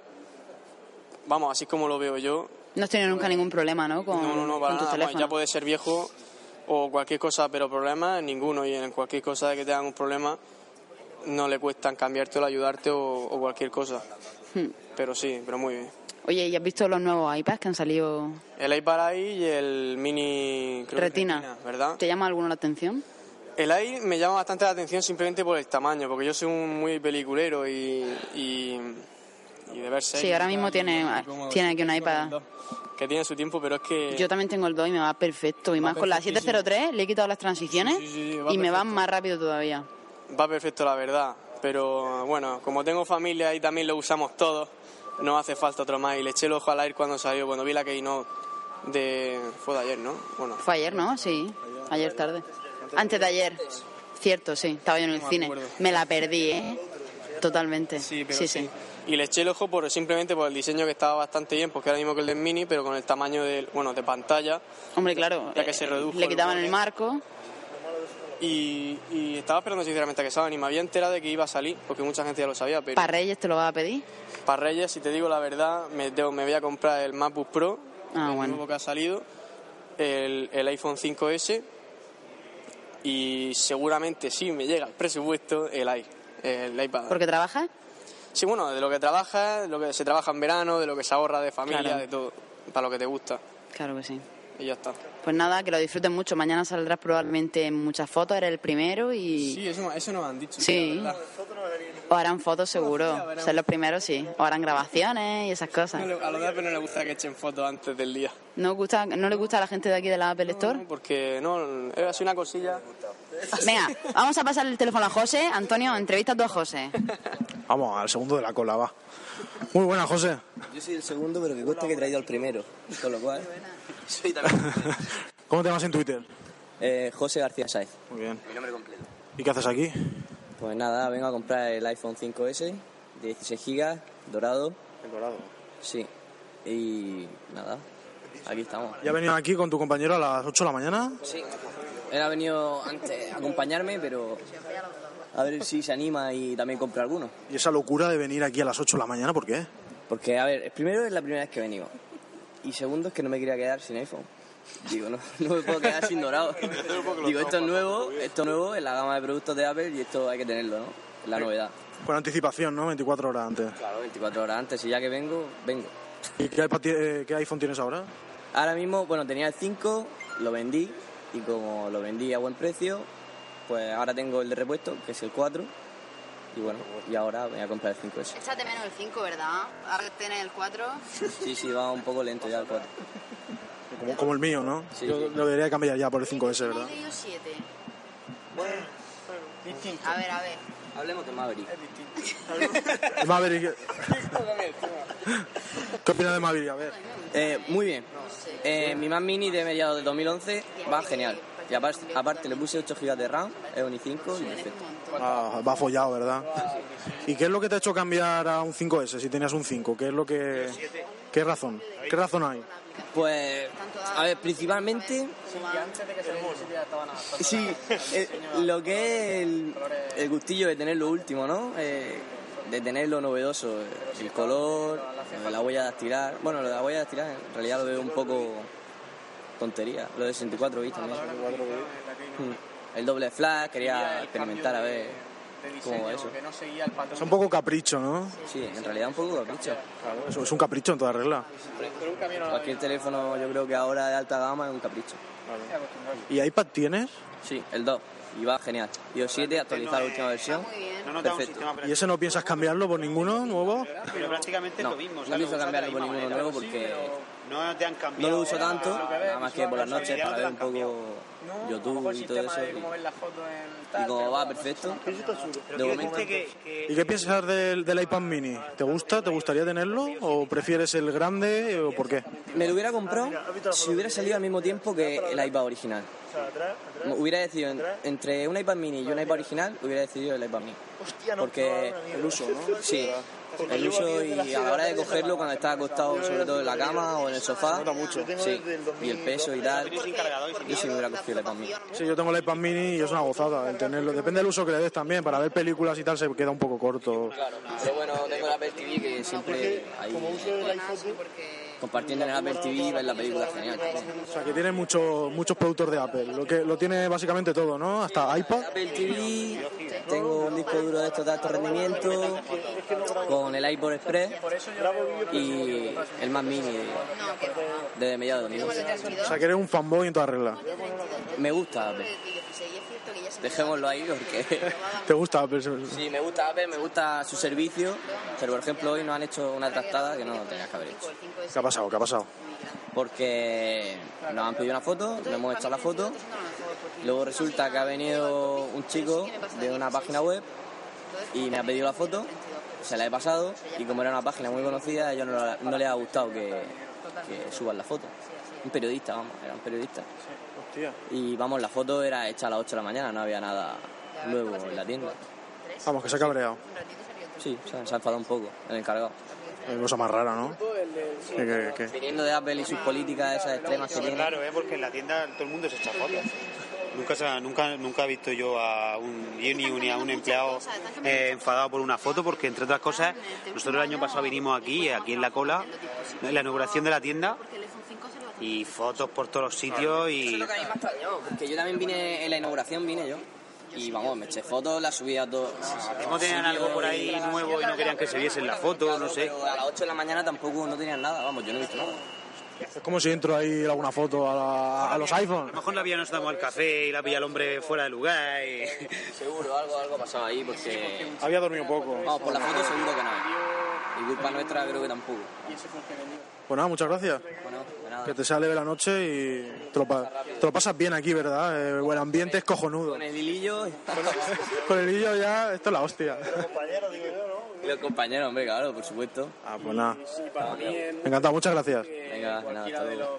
[SPEAKER 11] vamos, así es como lo veo yo,
[SPEAKER 4] No has tenido nunca ningún problema, ¿no? Con,
[SPEAKER 11] no, no, no, para
[SPEAKER 4] Mm, con tus
[SPEAKER 11] nada.
[SPEAKER 4] teléfonos.
[SPEAKER 11] Ya puede ser viejo o cualquier cosa, pero problema ninguno. Y en cualquier cosa que te hagan un problema, no le cuestan cambiártelo, ayudarte o, o cualquier cosa. pues
[SPEAKER 4] Hmm.
[SPEAKER 11] Pero sí, pero muy bien.
[SPEAKER 4] Oye, ¿y has visto los nuevos iPads que han salido?
[SPEAKER 11] El iPad Air y el mini creo que
[SPEAKER 4] Retina.
[SPEAKER 11] ¿verdad?
[SPEAKER 4] ¿Te llama alguno la atención?
[SPEAKER 11] El Air me llama bastante la atención simplemente por el tamaño, porque yo soy un muy peliculero y, y, y de ver
[SPEAKER 4] Sí,
[SPEAKER 11] series
[SPEAKER 4] ahora
[SPEAKER 11] y
[SPEAKER 4] mismo
[SPEAKER 11] tal,
[SPEAKER 4] tiene, ah,
[SPEAKER 11] y como-
[SPEAKER 4] tiene aquí un iPad.
[SPEAKER 11] que tiene su tiempo, pero es que
[SPEAKER 4] Yo también tengo el 2 y me va perfecto. Y
[SPEAKER 11] Va
[SPEAKER 4] más con la 703 le he quitado las transiciones
[SPEAKER 11] Sí, sí, sí, va
[SPEAKER 4] y me van más rápido todavía.
[SPEAKER 11] Va perfecto, la verdad. Pero bueno, como tengo familia y también lo usamos todos, no hace falta otro más. Y le eché el ojo al aire cuando salió, cuando vi la Keynote de... Fue de ayer, ¿no? Bueno,
[SPEAKER 4] Fue ayer, ¿no? Sí, ayer tarde. Antes de ayer. Cierto, sí, estaba yo en el
[SPEAKER 11] No me
[SPEAKER 4] cine.
[SPEAKER 11] acuerdo.
[SPEAKER 4] Me la perdí, ¿eh? Totalmente. Sí,
[SPEAKER 11] pero
[SPEAKER 4] sí,
[SPEAKER 11] sí. Y le eché el ojo por simplemente por el diseño que estaba bastante bien, porque ahora mismo que el del Mini, pero con el tamaño del, bueno, de pantalla.
[SPEAKER 4] Hombre, claro. eh,
[SPEAKER 11] Ya que se redujo.
[SPEAKER 4] Le quitaban el
[SPEAKER 11] borde.
[SPEAKER 4] marco.
[SPEAKER 11] Y, y estaba esperando sinceramente a que salgan y me había enterado de que iba a salir, porque mucha gente ya lo sabía, pero...
[SPEAKER 4] ¿Para Reyes te lo vas a pedir?
[SPEAKER 11] Para Reyes, si te digo la verdad, me, debo- me voy a comprar el MacBook Pro,
[SPEAKER 4] Ah,
[SPEAKER 11] el
[SPEAKER 4] bueno.
[SPEAKER 11] nuevo que ha salido, el, el iPhone 5S y seguramente, si me llega el presupuesto, el, i- el iPad.
[SPEAKER 4] ¿Porque trabajas?
[SPEAKER 11] Sí, bueno, de lo que trabajas, de lo que se trabaja en verano, de lo que se ahorra de familia,
[SPEAKER 4] Claro.
[SPEAKER 11] de todo, para lo que te gusta.
[SPEAKER 4] Claro que sí.
[SPEAKER 11] Y ya está.
[SPEAKER 4] Pues nada, que lo disfrutes mucho. Mañana saldrás probablemente en muchas fotos, eres el primero y...
[SPEAKER 11] Sí, eso, eso nos han dicho.
[SPEAKER 4] Sí.
[SPEAKER 11] la verdad.
[SPEAKER 4] O harán fotos seguro. Ser los primeros sí. O harán grabaciones y esas
[SPEAKER 11] No
[SPEAKER 4] cosas.
[SPEAKER 11] le- A los de Apple no les gusta que echen fotos antes del día.
[SPEAKER 4] ¿No, gusta, ¿No le gusta a la gente de aquí de la Apple Store?
[SPEAKER 11] Porque no, es así una cosilla.
[SPEAKER 4] Venga, vamos a pasar el teléfono a José. Antonio, entrevista tú a José.
[SPEAKER 1] Vamos, al segundo de la cola, va. Muy buena, José.
[SPEAKER 12] Yo soy el segundo, pero que cuesta que he traído al primero. Con lo cual, soy también
[SPEAKER 1] ¿Cómo te llamas en Twitter?
[SPEAKER 12] eh, José García Sáez.
[SPEAKER 1] Muy bien.
[SPEAKER 12] Mi nombre completo.
[SPEAKER 1] ¿Y qué haces aquí?
[SPEAKER 12] Pues nada, vengo a comprar el iPhone 5S, 16 GB, dorado. ¿El dorado? Sí. Y nada, aquí estamos.
[SPEAKER 1] ¿Ya venías aquí con tu compañero a las 8 de la mañana?
[SPEAKER 12] Sí. Él ha venido antes a acompañarme, pero a ver si se anima y también compra alguno.
[SPEAKER 1] ¿Y esa locura de venir aquí a las 8 de la mañana, por qué?
[SPEAKER 12] Porque, a ver, primero es la primera vez que venimos. Y segundo es que no me quería quedar sin iPhone. Digo, no, no me puedo quedar sin dorado. Digo, esto es nuevo, esto es nuevo en la gama de productos de Apple y esto hay que tenerlo, ¿no? Es la novedad.
[SPEAKER 1] Con anticipación, ¿no? 24 horas antes.
[SPEAKER 12] Claro, 24 horas antes y ya que vengo, vengo.
[SPEAKER 1] ¿Y qué, iPad ti- eh, qué iPhone tienes ahora?
[SPEAKER 12] Ahora mismo, bueno, tenía el 5, lo vendí y como lo vendí a buen precio, pues ahora tengo el de repuesto, que es el 4. Y bueno, y ahora voy a comprar el 5S.
[SPEAKER 4] Échate menos el 5, ¿verdad? Ahora tienes el 4.
[SPEAKER 12] Sí, sí, va un poco lento ya el 4.
[SPEAKER 1] Como, como el mío, ¿no? Yo lo debería cambiar ya por el 5S, ¿verdad?
[SPEAKER 4] 7.
[SPEAKER 12] distinto.
[SPEAKER 4] A ver, a ver.
[SPEAKER 12] Hablemos de Maverick.
[SPEAKER 1] El Maverick, ¿qué opinas de Maverick? A ver.
[SPEAKER 12] Eh, muy bien. Eh, mi Mac Mini de mediados de 2011 va genial. Y aparte, aparte le puse 8 GB de RAM, es un i5 y perfecto.
[SPEAKER 1] Ah, va follado, ¿verdad? ¿Y qué es lo que te ha hecho cambiar a un 5S si tenías un 5? ¿Qué es lo que... ¿Qué razón? ¿Qué razón hay?
[SPEAKER 12] Pues, a ver, principalmente, sí, eh, lo que es el, el gustillo de tener lo último, ¿no? Eh, de tener lo novedoso, eh, el color, eh, la huella dactilar. Bueno, lo de la huella dactilar en realidad lo veo un poco tontería, lo de 64 bits también. Mm. el doble flash,
[SPEAKER 11] Quería
[SPEAKER 12] quería
[SPEAKER 11] el
[SPEAKER 12] experimentar a
[SPEAKER 11] cambio
[SPEAKER 12] ver
[SPEAKER 11] de
[SPEAKER 12] cómo va
[SPEAKER 11] diseño,
[SPEAKER 12] eso.
[SPEAKER 11] que no seguía el patrón.
[SPEAKER 1] Es un poco capricho, ¿no?
[SPEAKER 12] Sí, en realidad un poco capricho.
[SPEAKER 1] Es- Es un capricho en toda regla.
[SPEAKER 12] Cualquier teléfono yo creo que ahora de alta gama es un capricho.
[SPEAKER 1] ¿Y iPad tienes?
[SPEAKER 12] Sí, el 2. Y va genial. iOS 7 actualizado la última versión. Perfecto.
[SPEAKER 1] ¿Y ese no piensas cambiarlo por ninguno nuevo?
[SPEAKER 3] Pero prácticamente
[SPEAKER 12] No,
[SPEAKER 3] es lo mismo.
[SPEAKER 12] no
[SPEAKER 3] o sea, lo
[SPEAKER 12] pienso
[SPEAKER 3] usas de la
[SPEAKER 12] cambiarlo por
[SPEAKER 3] misma
[SPEAKER 12] ninguno
[SPEAKER 3] manera.
[SPEAKER 12] nuevo porque
[SPEAKER 3] No te han
[SPEAKER 12] no
[SPEAKER 3] cambiado.
[SPEAKER 12] lo uso
[SPEAKER 3] ahora
[SPEAKER 12] tanto,
[SPEAKER 3] lo que ves,
[SPEAKER 12] nada más que por las
[SPEAKER 3] visualmente
[SPEAKER 12] noches
[SPEAKER 3] ya no
[SPEAKER 12] para
[SPEAKER 3] te
[SPEAKER 12] ver
[SPEAKER 3] lo
[SPEAKER 12] un
[SPEAKER 3] han
[SPEAKER 12] poco YouTube y todo eso. Y,
[SPEAKER 11] la foto en
[SPEAKER 12] y como va perfecto, de momento.
[SPEAKER 1] ¿Y qué piensas del, del iPad mini? ¿Te gusta? ¿Te gustaría tenerlo? ¿O prefieres el grande Eh, o por qué?
[SPEAKER 12] Me lo hubiera
[SPEAKER 11] Ah,
[SPEAKER 12] comprado si hubiera salido al mismo tiempo que el iPad original. Como Hubiera decidido en- entre un iPad mini y un iPad original, hubiera decidido el iPad mini. Porque
[SPEAKER 1] El uso, ¿no?
[SPEAKER 12] Sí, el uso y a la hora de cogerlo cuando estás acostado, sobre todo en la cama o en el sofá. Sí, y el peso y tal. Yo sí me hubiera cogido el iPad mini.
[SPEAKER 1] Sí, yo tengo el iPad mini y es una gozada el tenerlo. Depende del uso que le des también. Para ver películas y tal se queda un poco corto.
[SPEAKER 12] Pero bueno, tengo el Apple TV que siempre Pues ahí compartiendo en el Apple TV y ver la película genial.
[SPEAKER 1] O sea, que tiene muchos muchos productos de Apple. Lo que lo tiene básicamente todo, ¿no? Hasta iPad.
[SPEAKER 12] Apple TV, tengo un disco duro de estos de alto rendimiento, con el iPod Express y el Mac Mini de, de mediados de 2011.
[SPEAKER 1] O sea, que eres un fanboy en toda regla.
[SPEAKER 12] Me gusta Apple. Dejémoslo ahí porque...
[SPEAKER 1] ¿Te gusta Apple?
[SPEAKER 12] Sí, me gusta Apple, me gusta su servicio, pero por ejemplo hoy nos han hecho una trastada que no tenías que haber hecho.
[SPEAKER 1] ¿Qué ha pasado? ¿Qué ha pasado?
[SPEAKER 12] Porque nos han pedido una foto, nos hemos hecho la foto, luego resulta que ha venido un chico de una página web y me ha pedido la foto, se la he pasado y como era una página muy conocida, a ellos no, la- no les ha gustado que, que suban la foto. Un periodista, vamos, era un periodista.
[SPEAKER 1] Hostia.
[SPEAKER 12] Y vamos, la foto era hecha a las 8 de la mañana, no había nada nuevo en la tienda.
[SPEAKER 1] Vamos, que se ha cabreado.
[SPEAKER 12] Sí, se ha, se ha enfadado un poco el encargado.
[SPEAKER 1] Es cosa más rara, ¿no? ¿Qué, qué, qué?
[SPEAKER 12] Viniendo de Apple y sus políticas esas extremas que tiene.
[SPEAKER 3] Claro, ¿eh? porque en la tienda todo el mundo se echa fotos. Nunca, se- nunca, nunca he visto yo a un, yo ni, ni a un empleado eh, enfadado por una foto, porque entre otras cosas, nosotros el año pasado vinimos aquí, aquí en la cola, en la inauguración de la tienda, y fotos por todos los
[SPEAKER 12] Eso
[SPEAKER 3] sitios
[SPEAKER 12] es
[SPEAKER 3] y
[SPEAKER 12] lo que a mí me ha extrañado, porque yo también vine en la inauguración, vine yo. Y vamos, me eché fotos, las subí a todos.
[SPEAKER 3] no tenían algo por ahí nuevo y no querían que se viese en la foto, no sé.
[SPEAKER 12] Pero a las 8 de la mañana tampoco no tenían nada, vamos, yo no he visto nada.
[SPEAKER 1] Es como si entro ahí alguna foto a, la- a los
[SPEAKER 3] A
[SPEAKER 1] iPhones.
[SPEAKER 3] lo mejor la pilla nos damos al café y la pilla el hombre fuera de lugar. y-
[SPEAKER 12] Seguro, algo, algo ha pasado ahí, porque...
[SPEAKER 1] Había dormido un poco.
[SPEAKER 12] Vamos, por la foto seguro que no. Y culpa nuestra creo que tampoco.
[SPEAKER 1] Pues nada, muchas gracias.
[SPEAKER 12] Bueno, de nada.
[SPEAKER 1] Que te sale de la noche y te lo, pa- te lo pasas bien aquí, ¿verdad? Eh, el ambiente es cojonudo.
[SPEAKER 12] Con el hilillo y
[SPEAKER 1] Con el vídeo ya, esto es la hostia.
[SPEAKER 12] y los compañeros, hombre, claro, por supuesto.
[SPEAKER 1] Ah, pues nada. Encantado, muchas gracias.
[SPEAKER 12] Venga, de nada, hasta luego.